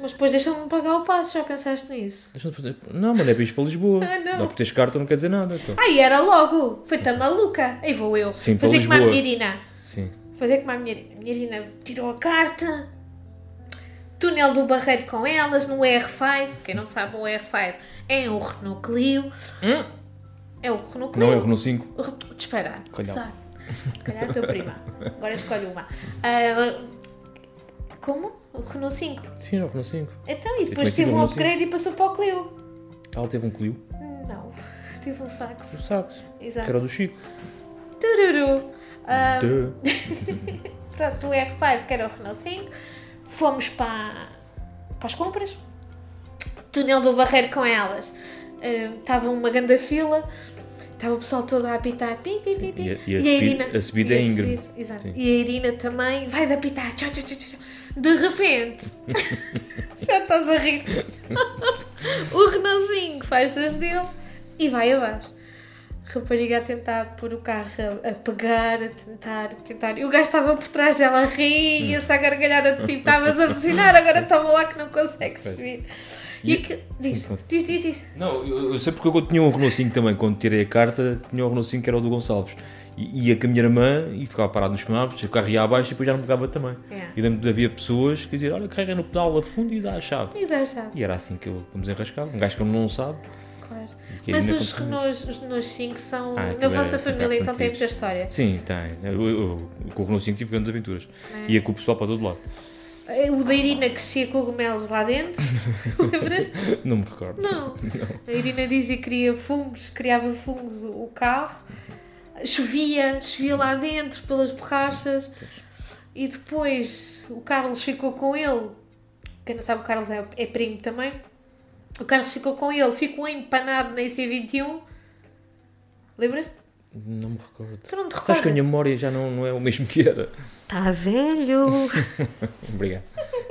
Speaker 4: Mas depois deixam-me pagar o passo, já pensaste nisso?
Speaker 3: Deixa-me fazer- Não, mas não é para ir para Lisboa.
Speaker 4: Ah, não.
Speaker 3: Dá por teres carta, não quer dizer nada. então.
Speaker 4: Ai, era logo! Foi tão maluca! Aí vou eu.
Speaker 3: Sim, para
Speaker 4: Fazer como a
Speaker 3: Lisboa.
Speaker 4: minha Irina.
Speaker 3: Sim.
Speaker 4: Fazer como a minha Irina. A minha Irina tirou a carta. Túnel do Barreiro com elas, no R5. Quem não sabe, o R5 é um Renault Clio. É o Renault Clio.
Speaker 3: Hum? Não é o Renault 5.
Speaker 4: Re- Disparado.
Speaker 3: Calhau.
Speaker 4: Sabe? Calhar é a tua prima. Agora escolhe uma. Ah, como? O Renault 5.
Speaker 3: Sim, era o Renault 5.
Speaker 4: Então, e
Speaker 3: também
Speaker 4: depois
Speaker 3: tive
Speaker 4: teve
Speaker 3: um
Speaker 4: um
Speaker 3: Renault
Speaker 4: upgrade e passou para o Clio.
Speaker 3: Ah, ele teve um Clio.
Speaker 4: Não, teve um saxo.
Speaker 3: O Saxo.
Speaker 4: Exato.
Speaker 3: Que era o do Chico.
Speaker 4: Tururu. Ah,
Speaker 3: Duh.
Speaker 4: pronto, o R5, que era o Renault 5. Fomos para, para as compras. Túnel do Barreiro com elas. Ah, Estava uma grande fila. Estava o pessoal todo a apitar. Pi, pi, pi, pi.
Speaker 3: E a- e a subida- a subida
Speaker 4: e
Speaker 3: é íngreme.
Speaker 4: subir, exato.
Speaker 3: Sim.
Speaker 4: E a Irina também vai de apitar. Tchau, tchau, tchau, tchau. tchau. De repente. já estás a rir. o Renault 5 faz das dele e vai abaixo. Rapariga a tentar pôr o carro a, a pegar, a tentar, a tentar. E o gajo estava por trás dela a rir, essa gargalhada de tipo, estavas a buzinar, agora toma lá que não consegues
Speaker 3: Pois.
Speaker 4: subir. E,
Speaker 3: E-
Speaker 4: aquilo- Diz,
Speaker 3: conta.
Speaker 4: diz, diz, diz.
Speaker 3: Não, eu, eu sei porque eu tinha um Renault 5 também. Quando tirei a carta, tinha um Renault 5 que era o do Gonçalves. E ia com a minha irmã e ficava parado nos semáforos, o carro ia abaixo e depois já não pegava também.
Speaker 4: É.
Speaker 3: E lembro de havia pessoas que diziam: Olha, carrega no pedal a fundo e dá a chave.
Speaker 4: E dá já,
Speaker 3: E era assim que eu que me desenrascava. Um gajo que não sabe.
Speaker 4: claro.
Speaker 3: que
Speaker 4: Mas
Speaker 3: ainda
Speaker 4: os
Speaker 3: continua.
Speaker 4: Renaults, os Renaults 5 são
Speaker 3: Ah,
Speaker 4: da
Speaker 3: aquilo era
Speaker 4: vossa família, então tem
Speaker 3: fantástico.
Speaker 4: muita história.
Speaker 3: Sim, tem. Eu, eu- eu com o Renault 5 tive grandes aventuras.
Speaker 4: É.
Speaker 3: Ia com o pessoal para todo lado.
Speaker 4: Eh, O da Irina que cheia cogumelos lá dentro, lembras-te?
Speaker 3: Não me recordo.
Speaker 4: Não. A Irina dizia que queria fungos, criava fungos o o carro. Chovia, chovia lá dentro pelas borrachas. E depois o Carlos ficou com ele. Quem não sabe, o Carlos é, é primo também. O Carlos ficou com ele, ficou empanado na IC21. Lembras-te?
Speaker 3: Não me recordo.
Speaker 4: Tu não te
Speaker 3: Sabes que a
Speaker 4: recordas?
Speaker 3: minha memória já não, não é o mesmo que era.
Speaker 4: Está velho!
Speaker 3: Obrigado.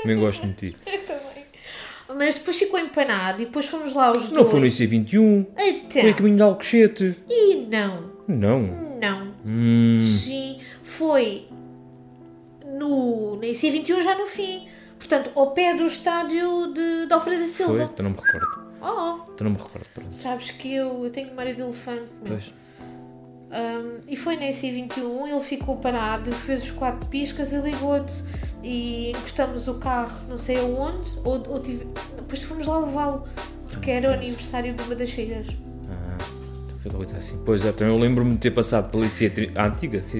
Speaker 3: Também gosto de ti.
Speaker 4: Eu também. Mas depois ficou empanado e depois fomos lá os
Speaker 3: Não
Speaker 4: dois.
Speaker 3: foi no IC21.
Speaker 4: Então,
Speaker 3: Foi a caminho de Alcochete.
Speaker 4: e não,
Speaker 3: Não.
Speaker 4: não,
Speaker 3: Hum,
Speaker 4: Sim, foi no, na IC21 já no fim. Portanto, ao pé do estádio de, de Alfredo
Speaker 3: Foi?
Speaker 4: da Silva.
Speaker 3: Então não me recordo.
Speaker 4: Oh,
Speaker 3: Então não me recordo. Pronto.
Speaker 4: sabes que eu, eu tenho memória de elefante. meu.
Speaker 3: Pois.
Speaker 4: Um, e foi nesse I-21, ele ficou parado, fez os quatro piscas e ligou-te. E encostamos o carro não sei aonde, ou, ou tive... depois fomos lá levá-lo, porque era o aniversário de uma das filhas.
Speaker 3: Ah, então foi logo assim. Pois é, então eu lembro-me de ter passado pela IC, tri- a ah, antiga IC,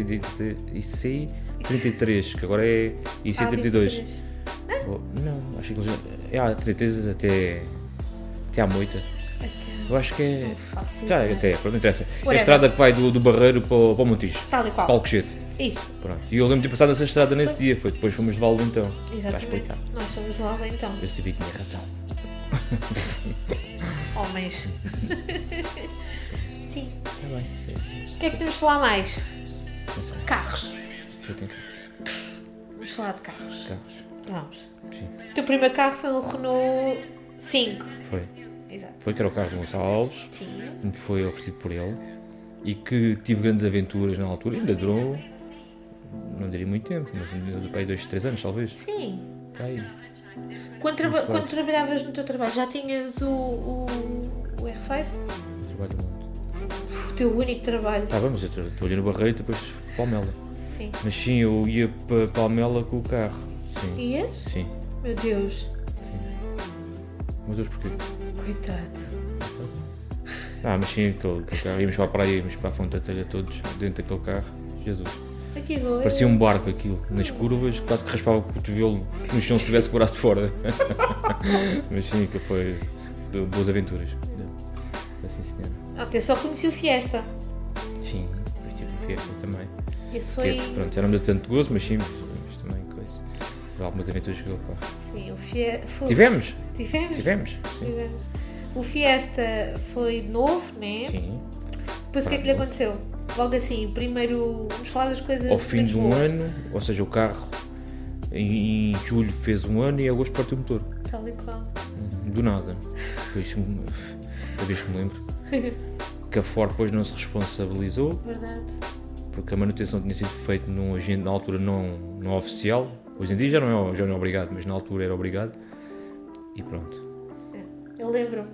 Speaker 3: IC 33, que agora é IC
Speaker 4: Ah,
Speaker 3: 32.
Speaker 4: 23.
Speaker 3: Oh, não, acho que eles. É a 33 até. até à moita.
Speaker 4: Até-
Speaker 3: Eu acho que é.
Speaker 4: Não faço
Speaker 3: Cara,
Speaker 4: ideia.
Speaker 3: até, pronto, não interessa. É a
Speaker 4: Whatever.
Speaker 3: estrada que vai do, do Barreiro para, o- para o Montijo.
Speaker 4: Tal e qual.
Speaker 3: Para o Alcochete.
Speaker 4: Isso,
Speaker 3: Pronto. E eu lembro de ter passado nessa estrada nesse dia, foi. Depois fomos de Valdo então. Está
Speaker 4: exatamente.
Speaker 3: explicado.
Speaker 4: Nós somos lá então.
Speaker 3: Eu sabia que tinha razão.
Speaker 4: Homens. Sim.
Speaker 3: Está Tá bem.
Speaker 4: O que é que temos de falar mais?
Speaker 3: Eu, não sei.
Speaker 4: Carros.
Speaker 3: Eu tenho carros.
Speaker 4: Vamos falar de carros.
Speaker 3: Carros.
Speaker 4: Vamos.
Speaker 3: Sim.
Speaker 4: O teu primeiro carro foi um Renault 5.
Speaker 3: Foi.
Speaker 4: Exato.
Speaker 3: Foi que era o carro do Gonçalo Alves,
Speaker 4: Sim.
Speaker 3: que me foi oferecido por ele e que tive grandes aventuras na altura. Ainda durou. não diria muito tempo, mas ainda do pai dois, três anos talvez.
Speaker 4: Sim.
Speaker 3: Para aí.
Speaker 4: Quando, traba-
Speaker 3: Muito bem.
Speaker 4: quando trabalhavas no teu trabalho, já tinhas o, o, o R5?
Speaker 3: Trabalho muito.
Speaker 4: O teu único trabalho.
Speaker 3: Tá bem, mas eu tra- trabalhei no Barreiro e depois Palmela.
Speaker 4: Sim.
Speaker 3: Mas sim, eu ia para Palmela com o carro. Sim.
Speaker 4: Ias?
Speaker 3: Sim.
Speaker 4: Meu Deus.
Speaker 3: Meu Deus, porquê?
Speaker 4: Coitado.
Speaker 3: Ah, mas sim, aquele, aquele carro. Íamos para a praia, íamos para a Fonte da Telha todos, dentro daquele carro. Jesus.
Speaker 4: Aqui vou. eu.
Speaker 3: Parecia um barco aquilo, nas curvas, quase que raspava o cotovelo no chão se tivesse com o braço de fora. Mas sim, que foi de boas aventuras. Assim, senhora.
Speaker 4: Até só conheci o Fiesta.
Speaker 3: Sim, depois tive a fiesta também.
Speaker 4: Esse
Speaker 3: Que
Speaker 4: foi.
Speaker 3: esse, pronto, já não me deu tanto gozo, mas sim, mas, mas também coisa. Houve Algumas aventuras que eu pá.
Speaker 4: Sim, o Fiesta. Foi...
Speaker 3: Tivemos,
Speaker 4: Tivemos.
Speaker 3: tivemos. Sim.
Speaker 4: Tivemos. O Fiesta foi novo, né?
Speaker 3: sim.
Speaker 4: Depois o que é que lhe aconteceu? Logo assim, primeiro vamos falar das coisas.
Speaker 3: Ao fim
Speaker 4: menos
Speaker 3: de um
Speaker 4: boas.
Speaker 3: ano, ou seja, o carro em, em julho fez um ano e em agosto partiu o motor.
Speaker 4: Tal e qual.
Speaker 3: Do nada. Foi isso que me- a vez que me lembro. Que a Ford depois não se responsabilizou,
Speaker 4: Verdade.
Speaker 3: porque a manutenção tinha sido feita num agente na altura não, não oficial. Hoje em dia já não, é, já não é obrigado, mas na altura era obrigado. E pronto.
Speaker 4: É, Eu lembro-me.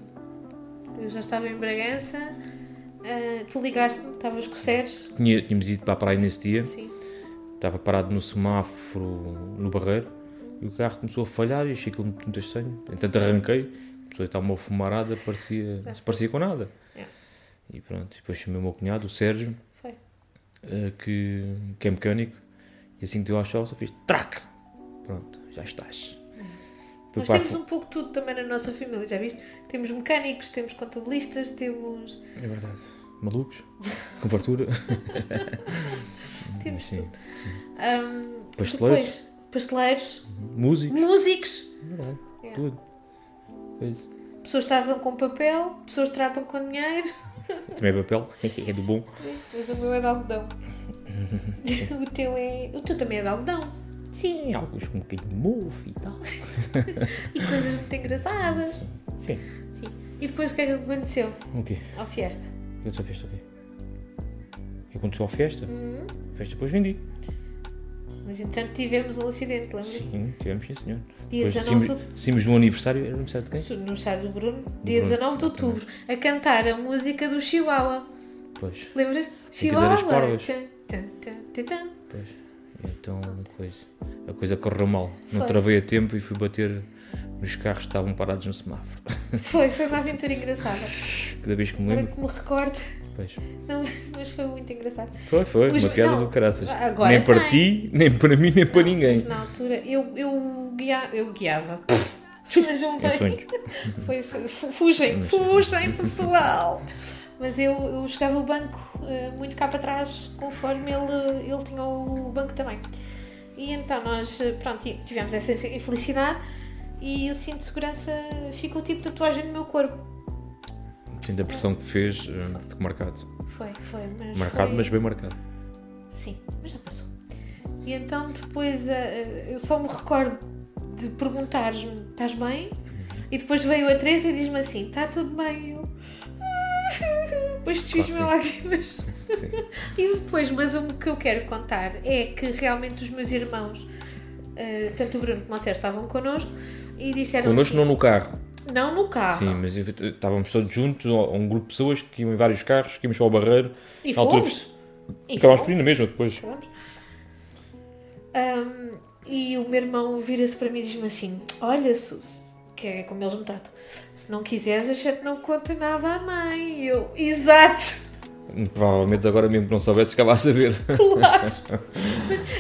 Speaker 4: Eu já estava em Bragança. ah, tu ligaste-me, estavas com o Sérgio.
Speaker 3: Tinha- tínhamos ido para a praia nesse dia,
Speaker 4: Sim.
Speaker 3: estava parado no semáforo, no barreiro, e o carro começou a falhar e achei aquilo muito estranho. Entretanto arranquei, começou a estar uma fumarada, parecia, não se parecia com nada.
Speaker 4: É.
Speaker 3: E pronto, depois chamei o meu cunhado, o Sérgio,
Speaker 4: Foi.
Speaker 3: eh, que, que é mecânico, e assim que deu à chave, só fiz trac! Pronto, já estás. Fui
Speaker 4: Nós
Speaker 3: para a
Speaker 4: temos
Speaker 3: fo-
Speaker 4: um pouco de tudo também na nossa família, já viste? Temos mecânicos, temos contabilistas, temos.
Speaker 3: É verdade. Malucos? Com fartura?
Speaker 4: Temos
Speaker 3: Sim.
Speaker 4: tudo. Ahm,
Speaker 3: Pasteleiros.
Speaker 4: depois, pasteleiros,
Speaker 3: Músicos?
Speaker 4: músicos.
Speaker 3: Verdade.
Speaker 4: É.
Speaker 3: Tudo. Coisa.
Speaker 4: Pessoas tratam com papel, pessoas tratam com dinheiro.
Speaker 3: Também é papel, é do bom.
Speaker 4: Mas o meu é de algodão. o teu é. O teu também é de algodão.
Speaker 3: Sim, alguns com um bocadinho de mofo e tal.
Speaker 4: E coisas muito engraçadas.
Speaker 3: Sim.
Speaker 4: Sim. E depois o que é que aconteceu
Speaker 3: O Um quê?
Speaker 4: ao fiesta?
Speaker 3: Eu disse a festa o quê? O que aconteceu à festa?
Speaker 4: Hum.
Speaker 3: A festa depois vendi.
Speaker 4: Mas entretanto tivemos um acidente, lembras?
Speaker 3: Sim, tivemos, sim, senhor.
Speaker 4: Dia
Speaker 3: depois
Speaker 4: 19 de-
Speaker 3: decidimos no aniversário, era o aniversário de quem?
Speaker 4: No estádio do Bruno, dia
Speaker 3: Bruno,
Speaker 4: 19 de outubro, a cantar a música do Chihuahua.
Speaker 3: Pois,
Speaker 4: Lembras-te?
Speaker 3: Brincadeiras
Speaker 4: Chihuahua!
Speaker 3: parvas.
Speaker 4: Tum, tum, tum, tum, tum.
Speaker 3: pois. Então, coisa. A coisa correu mal. Não
Speaker 4: Foi.
Speaker 3: travei a tempo e fui bater nos carros que estavam parados no semáforo.
Speaker 4: Foi, foi uma aventura engraçada.
Speaker 3: Cada vez que me
Speaker 4: Agora
Speaker 3: lembro,
Speaker 4: que me recordo,
Speaker 3: pois.
Speaker 4: não, mas foi muito engraçado.
Speaker 3: Foi, foi,
Speaker 4: Os-
Speaker 3: uma piada
Speaker 4: não,
Speaker 3: do caraças.
Speaker 4: agora
Speaker 3: nem para
Speaker 4: tem.
Speaker 3: ti, nem para mim, nem para ninguém.
Speaker 4: Mas na altura eu, eu, guia, eu guiava. Mas não
Speaker 3: É
Speaker 4: veio.
Speaker 3: sonhos.
Speaker 4: Foi isso. Fu- Fugem, fugem, pessoal! Mas eu, eu chegava o banco eh, muito cá para trás, conforme ele, ele tinha o banco também. E então nós, eh, pronto, ti- tivemos essa infelicidade e o cinto de segurança ficou tipo tatuagem no meu corpo.
Speaker 3: Sinto a pressão que fez, eh, ficou marcado.
Speaker 4: Foi, foi, mas.
Speaker 3: Marcado,
Speaker 4: foi-
Speaker 3: mas bem marcado.
Speaker 4: Sim, mas já passou. E então depois eh, eh, eu só me recordo de perguntares-me: estás bem? E depois veio a Teresa e diz-me assim: está tudo bem? Eu, "Hum." Depois desfiz-me
Speaker 3: Claro
Speaker 4: lágrimas.
Speaker 3: Sim.
Speaker 4: E depois, mas o que eu quero contar é que realmente os meus irmãos eh, tanto o Bruno como o Sérgio estavam connosco e disseram
Speaker 3: Connosco não
Speaker 4: assim,
Speaker 3: no carro.
Speaker 4: não... no carro.
Speaker 3: Sim, mas estávamos todos juntos, um grupo de pessoas que iam em vários carros, que íamos para o barreiro.
Speaker 4: E
Speaker 3: Na altura,
Speaker 4: fomos. E
Speaker 3: Acabámos por
Speaker 4: fomos.
Speaker 3: ir na mesma depois.
Speaker 4: Pronto. Ahm, e o meu irmão vira-se para mim e diz-me assim: Olha, Sus, que é como eles me tratam, se não quiseres, a gente não conta nada à mãe. E eu, exato,
Speaker 3: Provavelmente agora mesmo que não soubesse, ficava a saber.
Speaker 4: claro. Mas,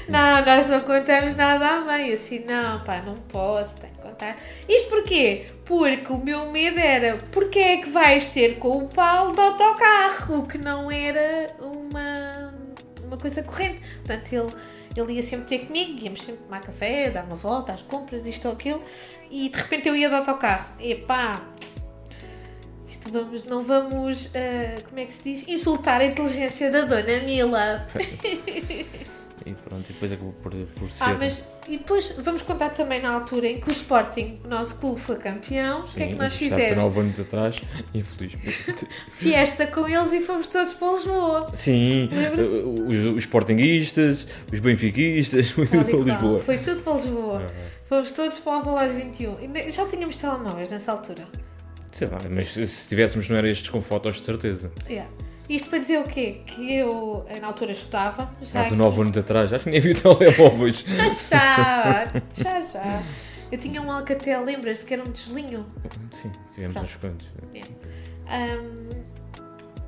Speaker 4: não, nós não contamos nada à mãe. Eu Assim, não, pá, não posso, tenho que contar. Isto porquê? Porque o meu medo era: porque é que vais ter com o Paulo do autocarro? O que não era uma, uma coisa corrente. Portanto, ele, ele ia sempre ter comigo, íamos sempre tomar café, dar uma volta às compras, isto ou aquilo, e de repente eu ia de autocarro. Epá! Isto vamos, não vamos, ah, como é que se diz? Insultar a inteligência da Dona Mila.
Speaker 3: E pronto, e depois acabou por, por ser.
Speaker 4: Ah, mas e depois vamos contar também na altura em que o Sporting, o nosso clube, foi campeão. o que é que
Speaker 3: Sim,
Speaker 4: nós
Speaker 3: isto há
Speaker 4: fizemos?
Speaker 3: 19 anos atrás, infelizmente.
Speaker 4: Fiesta com eles e fomos todos para Lisboa.
Speaker 3: Sim,
Speaker 4: Lembras-te?
Speaker 3: os, os sportinguistas, os benfiquistas, foi
Speaker 4: Tal
Speaker 3: para
Speaker 4: e qual.
Speaker 3: Lisboa.
Speaker 4: Foi tudo para Lisboa. Fomos todos para o Alvalade 21. E ne- Já tínhamos telemóveis nessa altura.
Speaker 3: Sei lá, mas se tivéssemos não era estes com fotos de certeza.
Speaker 4: Yeah. Isto para dizer o quê? Que eu, eh, na altura, estudava.
Speaker 3: Há
Speaker 4: Já aqui-
Speaker 3: 19 anos atrás, acho que nem havia telemóveis.
Speaker 4: Já, já, já. Eu tinha um Alcatel, lembras-te que era um deslinho?
Speaker 3: Sim, tivemos
Speaker 4: Tá.
Speaker 3: uns quantos.
Speaker 4: Um,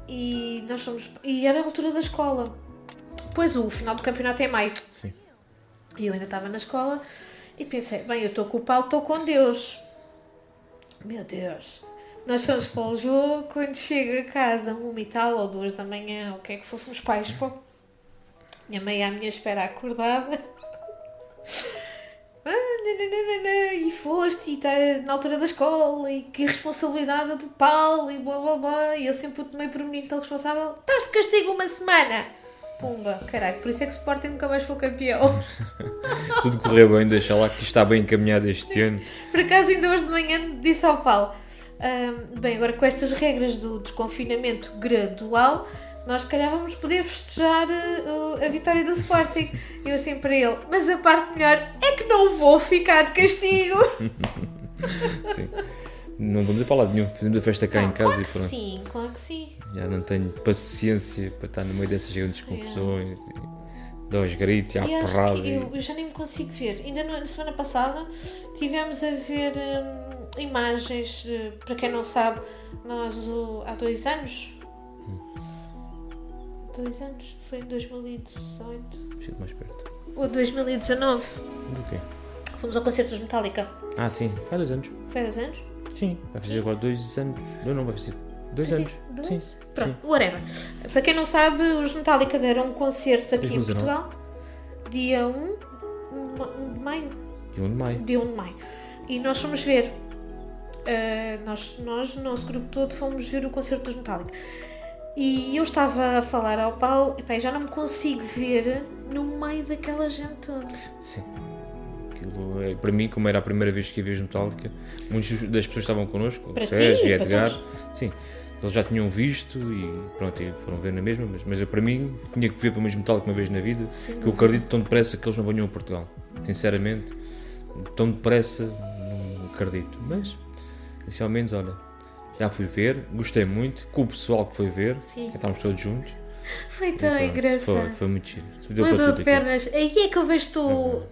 Speaker 4: e nós fomos. E era a altura da escola. Pois o final do campeonato é em maio.
Speaker 3: Sim.
Speaker 4: E eu ainda estava na escola e pensei, bem, eu estou com o Paulo, estou com Deus. Meu Deus. Nós fomos para o jogo, quando chego a casa, uma e tal, ou duas da manhã, o que é que foi? Fomos pais, pô. Minha mãe à minha espera acordada. Ah, nananana, né, e foste, e estás na altura da escola, e que responsabilidade do Paulo, e blá blá blá. E eu sempre o tomei por um menino tão responsável. Estás de castigo uma semana! Pumba, caralho, por isso é que o Sporting nunca mais foi campeão.
Speaker 3: Tudo correu bem, deixa lá que está bem encaminhado este ano.
Speaker 4: Por acaso, ainda hoje de manhã disse ao Paulo: "Ahm, Bem, agora com estas regras do desconfinamento gradual, nós se calhar vamos poder festejar eh, o- a vitória do Sporting. Eu assim para ele: Mas a parte melhor é que não vou ficar de castigo.
Speaker 3: Sim. Não vamos ir para lado nenhum, fizemos a festa cá
Speaker 4: Ah,
Speaker 3: em casa
Speaker 4: claro
Speaker 3: e
Speaker 4: que
Speaker 3: pronto.
Speaker 4: Sim, claro que sim. É.
Speaker 3: Já não tenho paciência para estar no meio dessas grandes confusões. e Dá os gritos, e há
Speaker 4: E acho
Speaker 3: porrada.
Speaker 4: que
Speaker 3: e-
Speaker 4: eu, eu já nem me consigo ver. Ainda no- na semana passada tivemos a ver hum, imagens. eh, para quem não sabe, nós o- há dois anos. Dois anos? Foi em 2018
Speaker 3: Chega mais perto.
Speaker 4: ou 2019.
Speaker 3: Do quê?
Speaker 4: Fomos ao concerto dos Metallica.
Speaker 3: Ah, sim, faz dois anos.
Speaker 4: Foi há dois anos?
Speaker 3: Sim, vai fazer agora dois anos. Não, não vai fazer. Dois anos.
Speaker 4: Dois?
Speaker 3: Sim.
Speaker 4: Pronto, whatever. Para quem não sabe, os Metallica deram um concerto aqui em
Speaker 3: 2019.
Speaker 4: Portugal. Dia 1 de maio.
Speaker 3: E um de maio.
Speaker 4: de 1 de maio. E nós fomos ver. Uh, nós, nós, o nosso grupo todo, fomos ver o concerto dos Metallica. E eu estava a falar ao Paulo, e pá, já não me consigo ver no meio daquela gente toda.
Speaker 3: Sim. Aquilo, é, para mim, como era a primeira vez que ia ver os Metallica, muitas das pessoas que estavam connosco,
Speaker 4: Para
Speaker 3: o
Speaker 4: ti,
Speaker 3: Sérgio e
Speaker 4: para
Speaker 3: Edgar. Sim. Eles já tinham visto e pronto, e foram ver na mesma, mas, mas eu, para mim tinha que ver pelo menos Metallica uma vez na vida,
Speaker 4: Sem
Speaker 3: que eu acredito tão depressa que eles não venham a Portugal. Sinceramente, tão depressa não acredito. Mas, assim ao menos, olha, já fui ver, gostei muito, com o pessoal que foi ver,
Speaker 4: Sim.
Speaker 3: já estávamos todos juntos.
Speaker 4: Foi tão
Speaker 3: Pronto, Foi,
Speaker 4: engraçado.
Speaker 3: foi muito giro. Deu para
Speaker 4: Mudou
Speaker 3: tudo
Speaker 4: de
Speaker 3: aquilo.
Speaker 4: pernas. Aí é que eu vejo
Speaker 3: Uhum.
Speaker 4: estou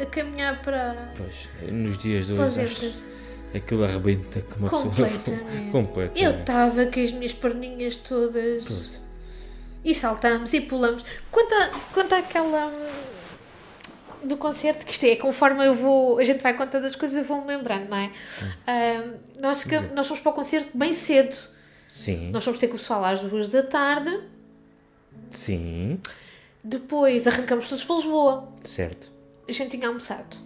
Speaker 4: a caminhar para
Speaker 3: Pois, nos dias de
Speaker 4: para as
Speaker 3: hoje, acho,
Speaker 4: entras.
Speaker 3: aquilo arrebenta que uma
Speaker 4: Completamente.
Speaker 3: pessoa. Completa.
Speaker 4: Eu estava com as minhas perninhas todas. E saltamos e pulamos. Quanto, a, quanto àquela. hum, do concerto, que isto é, conforme eu vou. a gente vai contando as coisas, eu vou-me lembrando, não é? Hum, nós, chegamos- nós fomos para o concerto bem cedo.
Speaker 3: Sim,
Speaker 4: Nós fomos ter com o pessoal às duas da tarde.
Speaker 3: sim,
Speaker 4: Depois arrancamos todos para Lisboa.
Speaker 3: certo.
Speaker 4: A gente tinha almoçado.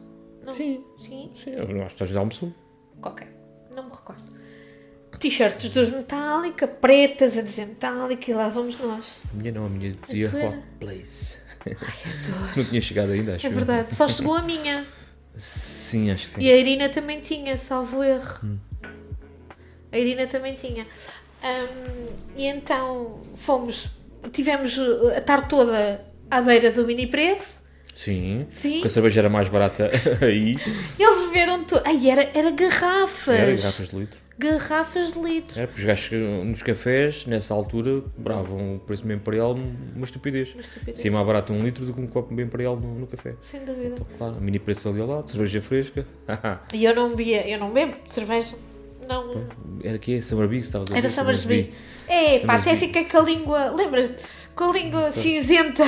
Speaker 4: Não?
Speaker 3: Sim.
Speaker 4: Sim?
Speaker 3: Sim, eu acho que um estás a almoço.
Speaker 4: Ok. Não me recordo. T-shirts dos Metallica, pretas a dizer Metallica e lá vamos nós.
Speaker 3: A minha não, a minha dizia
Speaker 4: tua era?
Speaker 3: Hot Place.
Speaker 4: Adoro.
Speaker 3: Não tinha chegado ainda, acho
Speaker 4: É
Speaker 3: eu.
Speaker 4: verdade, só chegou a minha.
Speaker 3: Sim, acho que sim.
Speaker 4: E a Irina também tinha, salvo erro.
Speaker 3: Hum.
Speaker 4: A Irina também tinha. Ahm, e eh, então fomos, tivemos uh, a tarde toda à beira do mini preço,
Speaker 3: Sim,
Speaker 4: Sim.
Speaker 3: porque a cerveja era mais barata aí.
Speaker 4: Eles beberam tudo. Ai, era, era garrafas.
Speaker 3: Era garrafas de litro.
Speaker 4: Garrafas de litro.
Speaker 3: Era porque os gajos eh, nos cafés, nessa altura, bravam o preço bem imperial uma estupidez.
Speaker 4: Uma estupidez.
Speaker 3: Seria mais barato um litro do que um copo bem imperial no, no café.
Speaker 4: Sem dúvida.
Speaker 3: Claro, mini preço ali ao lado, cerveja fresca.
Speaker 4: E eu não bebia, eu não bebo cerveja. Não.
Speaker 3: era que é? Summer Bee, que estavas a
Speaker 4: Era
Speaker 3: dizer,
Speaker 4: Summersby. É, pá, até
Speaker 3: Summersby.
Speaker 4: fiquei com a língua. Lembras-te? Com a língua cinzenta.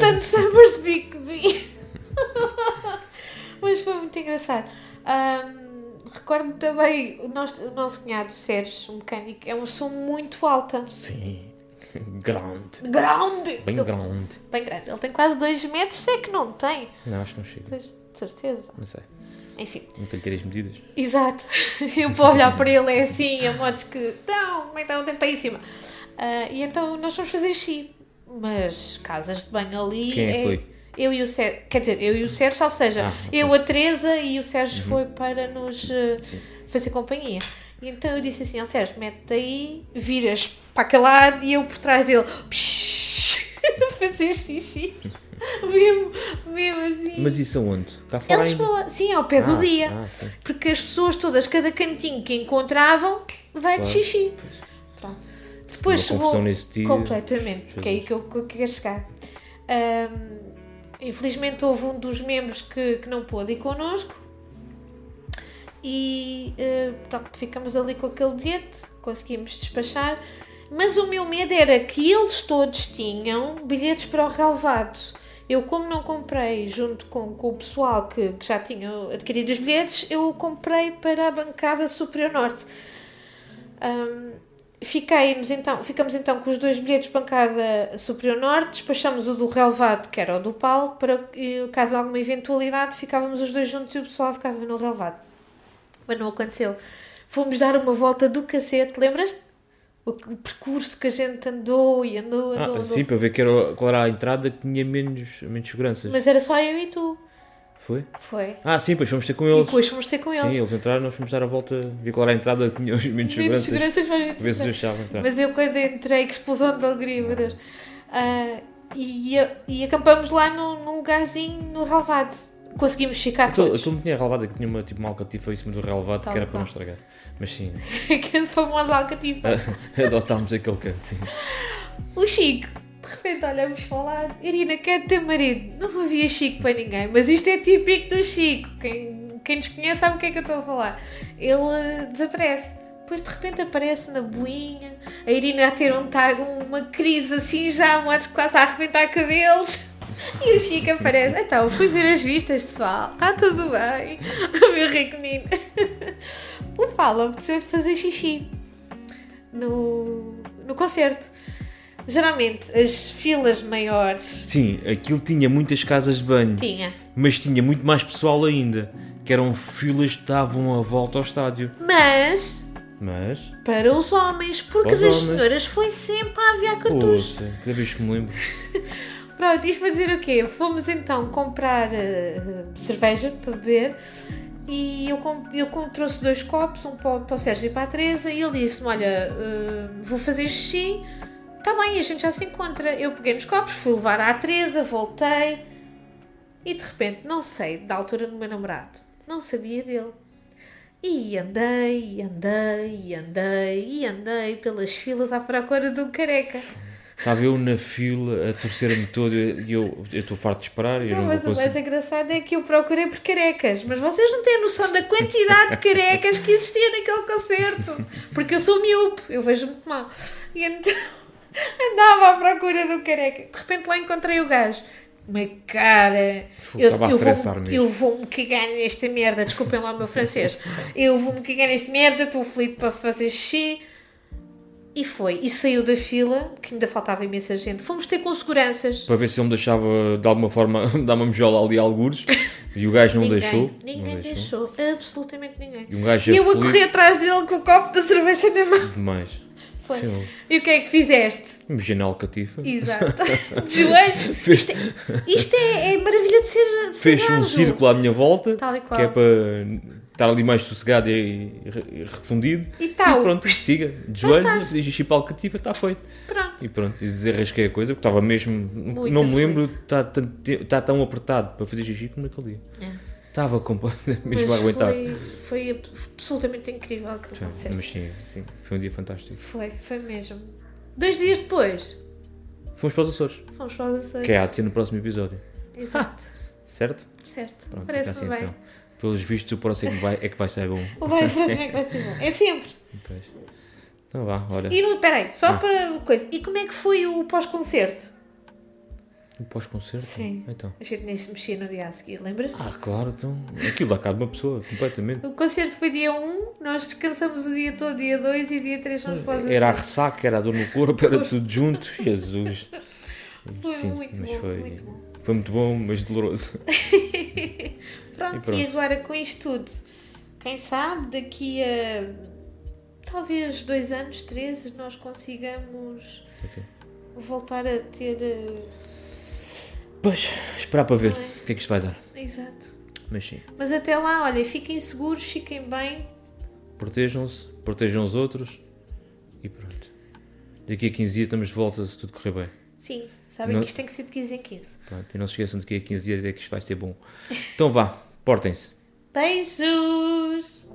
Speaker 4: Tanto Summersby que vi. Mas foi muito engraçado. Ahm, recordo também o nosso, o nosso cunhado, Sérgio, um mecânico, é uma pessoa muito alta.
Speaker 3: Sim, grande.
Speaker 4: Grande!
Speaker 3: Bem
Speaker 4: Ele-
Speaker 3: grande.
Speaker 4: bem grande. Ele tem quase 2 metros, se é que não tem.
Speaker 3: Não, acho que não chega.
Speaker 4: Pois, de certeza.
Speaker 3: Não sei.
Speaker 4: Enfim.
Speaker 3: Nunca lhe tirei as medidas.
Speaker 4: Exato. Eu vou olhar para ele é assim, a modos que. Não, como é que dá um tempo aí em cima? Ah, e então nós fomos fazer xi. Mas casas de banho ali.
Speaker 3: Quem é que
Speaker 4: é-
Speaker 3: foi?
Speaker 4: Eu e o Sérgio. Quer dizer, eu e o Sérgio, ou seja,
Speaker 3: Ah, ok. Uhum.
Speaker 4: eu, a Teresa e o Sérgio foi para nos eh, fazer companhia. E então eu disse assim ao Sérgio: mete-te aí, viras para aquele lado e eu por trás dele. fazer xixi. mesmo, mesmo assim.
Speaker 3: Mas isso aonde? Cá
Speaker 4: Em
Speaker 3: fora ainda?
Speaker 4: Lisboa, sim, ao pé do
Speaker 3: Ah,
Speaker 4: dia.
Speaker 3: ah, sim.
Speaker 4: porque as pessoas todas, cada cantinho que encontravam, vai de
Speaker 3: Claro,
Speaker 4: xixi. Pronto. Depois
Speaker 3: Uma
Speaker 4: chegou
Speaker 3: confusão nesse dia.
Speaker 4: completamente, que é aí
Speaker 3: Jesus.
Speaker 4: que eu, que eu quero chegar. Ahm, infelizmente houve um dos membros que, que não pôde ir connosco e eh, portanto, ficamos ali com aquele bilhete, conseguimos despachar, mas o meu medo era que eles todos tinham bilhetes para o relevado. Eu, como não comprei junto com, com o pessoal que, que já tinham adquirido os bilhetes, eu comprei para a bancada Superior Norte. Ahm, fiquei-nos então, ficamos então com os dois bilhetes de bancada Superior Norte, despachamos o do relevado, que era o do Paulo, para eh, caso alguma eventualidade ficávamos os dois juntos e o pessoal ficava no relevado. Mas não aconteceu. Fomos dar uma volta do cacete, lembras-te? O, o percurso que a gente andou e andou, andou,
Speaker 3: Ah,
Speaker 4: andou.
Speaker 3: sim, para ver que era, qual era a entrada que tinha menos, menos seguranças.
Speaker 4: Mas era só eu e tu.
Speaker 3: Foi?
Speaker 4: Foi.
Speaker 3: Ah, sim, pois fomos ter com
Speaker 4: E
Speaker 3: eles.
Speaker 4: depois fomos ter com
Speaker 3: Sim,
Speaker 4: eles.
Speaker 3: eles entraram, nós fomos dar a volta, ver qual era a entrada que tinha os menos
Speaker 4: Menos
Speaker 3: seguranças.
Speaker 4: seguranças, mas a gente
Speaker 3: Para ver se
Speaker 4: entrou.
Speaker 3: os deixavam entrar.
Speaker 4: Mas eu quando entrei, que explosão de alegria, meu Deus. Ah, e, e acampamos lá num, num lugarzinho no relvado. Conseguimos ficar
Speaker 3: Aquilo
Speaker 4: todos.
Speaker 3: aquilo não tinha relevado, que tinha uma, tipo, uma alcatifa em cima do relevado
Speaker 4: Tal
Speaker 3: que era para
Speaker 4: qual.
Speaker 3: não estragar. Mas sim,
Speaker 4: Aquele famoso alcatifa.
Speaker 3: adotámos aquele canto, sim.
Speaker 4: O Chico. De repente olhamos falar. Irina, quero ter marido. Não havia Chico para ninguém, mas isto é típico do Chico. Quem, quem nos conhece sabe o que é que eu estou a falar. Ele eh, desaparece. Depois de repente aparece na boinha. A Irina a ter um tag, uma crise assim já, modos quase a arrebentar cabelos. E o Chico aparece. Então, fui ver as vistas, pessoal. Está tudo bem. O meu rico menino. O Paulo apeteceu fazer xixi no, no concerto. Geralmente as filas maiores
Speaker 3: Sim, aquilo tinha muitas casas de banho,
Speaker 4: tinha.
Speaker 3: mas tinha muito mais pessoal ainda, que eram filas que estavam à volta ao estádio.
Speaker 4: Mas
Speaker 3: Mas,
Speaker 4: para os homens,
Speaker 3: Para
Speaker 4: porque
Speaker 3: os
Speaker 4: das
Speaker 3: homens.
Speaker 4: senhoras foi sempre a aviar cartuchos.
Speaker 3: poxa, cada vez que me lembro.
Speaker 4: Pronto, isto para dizer o quê? Fomos então comprar eh, cerveja para beber e eu, com- eu com- trouxe dois copos, um para, o- para o Sérgio e para a Teresa, e ele disse-me: Olha, eh, vou fazer xixi, está bem, a gente já se encontra. Eu peguei nos copos, fui levar à Teresa, voltei e de repente, não sei, da altura do meu namorado, não sabia dele. E andei, e andei, e andei, e andei pelas filas à procura do careca.
Speaker 3: Estava eu na fila a torcer-me todo e eu eu estou farto de esperar e eu
Speaker 4: Não,
Speaker 3: não,
Speaker 4: mas
Speaker 3: vou
Speaker 4: o mais
Speaker 3: conseguir.
Speaker 4: engraçado é que eu procurei por carecas, mas vocês não têm noção da quantidade de carecas que existia naquele concerto, porque eu sou miúpe, eu vejo muito mal. E então andava à procura do careca. De repente lá encontrei o gajo. Uma cara.
Speaker 3: Fu, estava a estressar
Speaker 4: vou,
Speaker 3: mesmo.
Speaker 4: eu vou-me cagar nesta merda, desculpem lá o meu francês. Eu vou-me cagar nesta merda, estou aflito para fazer xixi. E foi. E saiu da fila, que ainda faltava imensa gente. Fomos ter com seguranças.
Speaker 3: Para ver se ele me deixava de alguma forma dar uma mejola ali a algures e o gajo não
Speaker 4: ninguém,
Speaker 3: deixou.
Speaker 4: Ninguém
Speaker 3: não deixou.
Speaker 4: deixou. absolutamente ninguém.
Speaker 3: E um gajo
Speaker 4: E eu a
Speaker 3: aflito.
Speaker 4: correr atrás dele com o copo da cerveja na mão.
Speaker 3: Demais. um,
Speaker 4: Foi.
Speaker 3: Sim.
Speaker 4: E o que é que fizeste?
Speaker 3: Imagina Alcatifa.
Speaker 4: Exato. De joelhos.
Speaker 3: Fez,
Speaker 4: Isto é, é maravilha de ser, de ser
Speaker 3: fez um
Speaker 4: gajo.
Speaker 3: círculo à minha volta,
Speaker 4: Tal e
Speaker 3: que
Speaker 4: qual.
Speaker 3: é para estar ali mais sossegado e, e refundido.
Speaker 4: E tal.
Speaker 3: pronto, siga. De joelhos, existe para Alcatifa, está tá feito.
Speaker 4: Pronto.
Speaker 3: E pronto, e desarrasquei a coisa, porque estava mesmo.
Speaker 4: Muito
Speaker 3: não me lembro,
Speaker 4: aflito.
Speaker 3: está tanto te- está tão apertado para fazer xixi como naquele dia. Estava completamente mesmo a
Speaker 4: Mas
Speaker 3: aguentar.
Speaker 4: É. Foi, foi ab- absolutamente incrível aquele
Speaker 3: Sim,
Speaker 4: concerto.
Speaker 3: Mas sim, sim, foi um dia fantástico.
Speaker 4: Foi, foi mesmo. Dois dias depois,
Speaker 3: Fomos para os Açores,
Speaker 4: fomos para os Açores.
Speaker 3: que é a ter no próximo episódio,
Speaker 4: Exato,
Speaker 3: certo?
Speaker 4: certo.
Speaker 3: Pronto, fica assim, então.
Speaker 4: Parece-me bem.
Speaker 3: Pelos vistos, o próximo vai, é que vai sair bom.
Speaker 4: O bem próximo é que vai ser bom. É sempre.
Speaker 3: Pois. Então vá, olha.
Speaker 4: E no, peraí, só
Speaker 3: Ah.
Speaker 4: para uma coisa. E como é que foi o pós-concerto?
Speaker 3: O pós-concerto?
Speaker 4: Sim.
Speaker 3: Então.
Speaker 4: A gente nem se mexia no dia a seguir, lembras-te?
Speaker 3: Ah, claro, então. Aquilo lá cabe uma pessoa, completamente.
Speaker 4: O concerto foi dia 1, nós descansamos o dia todo, dia 2 e dia 3 fomos para os
Speaker 3: Era a
Speaker 4: Açores.
Speaker 3: ressaca, era a dor no corpo, era tudo junto. Jesus.
Speaker 4: Foi muito bom, muito bom.
Speaker 3: Foi muito bom, mas doloroso.
Speaker 4: Pronto,
Speaker 3: E
Speaker 4: e,
Speaker 3: pronto.
Speaker 4: agora com isto tudo, quem sabe daqui a talvez dois anos, três, nós consigamos
Speaker 3: Ok.
Speaker 4: voltar a ter. eh,
Speaker 3: Pois, esperar para ver
Speaker 4: Não é?
Speaker 3: o que é que isto vai dar.
Speaker 4: Exato.
Speaker 3: Mas sim,
Speaker 4: Mas até lá, olha, fiquem seguros, fiquem bem.
Speaker 3: protejam-se, protejam os outros e pronto. Daqui a 15 dias estamos de volta se tudo correr bem.
Speaker 4: Sim, sabem
Speaker 3: Não-
Speaker 4: que isto tem que ser de 15 em 15.
Speaker 3: Pronto, e não se esqueçam de que a 15 dias é que isto vai ser bom. Então vá, portem-se.
Speaker 4: Beijos!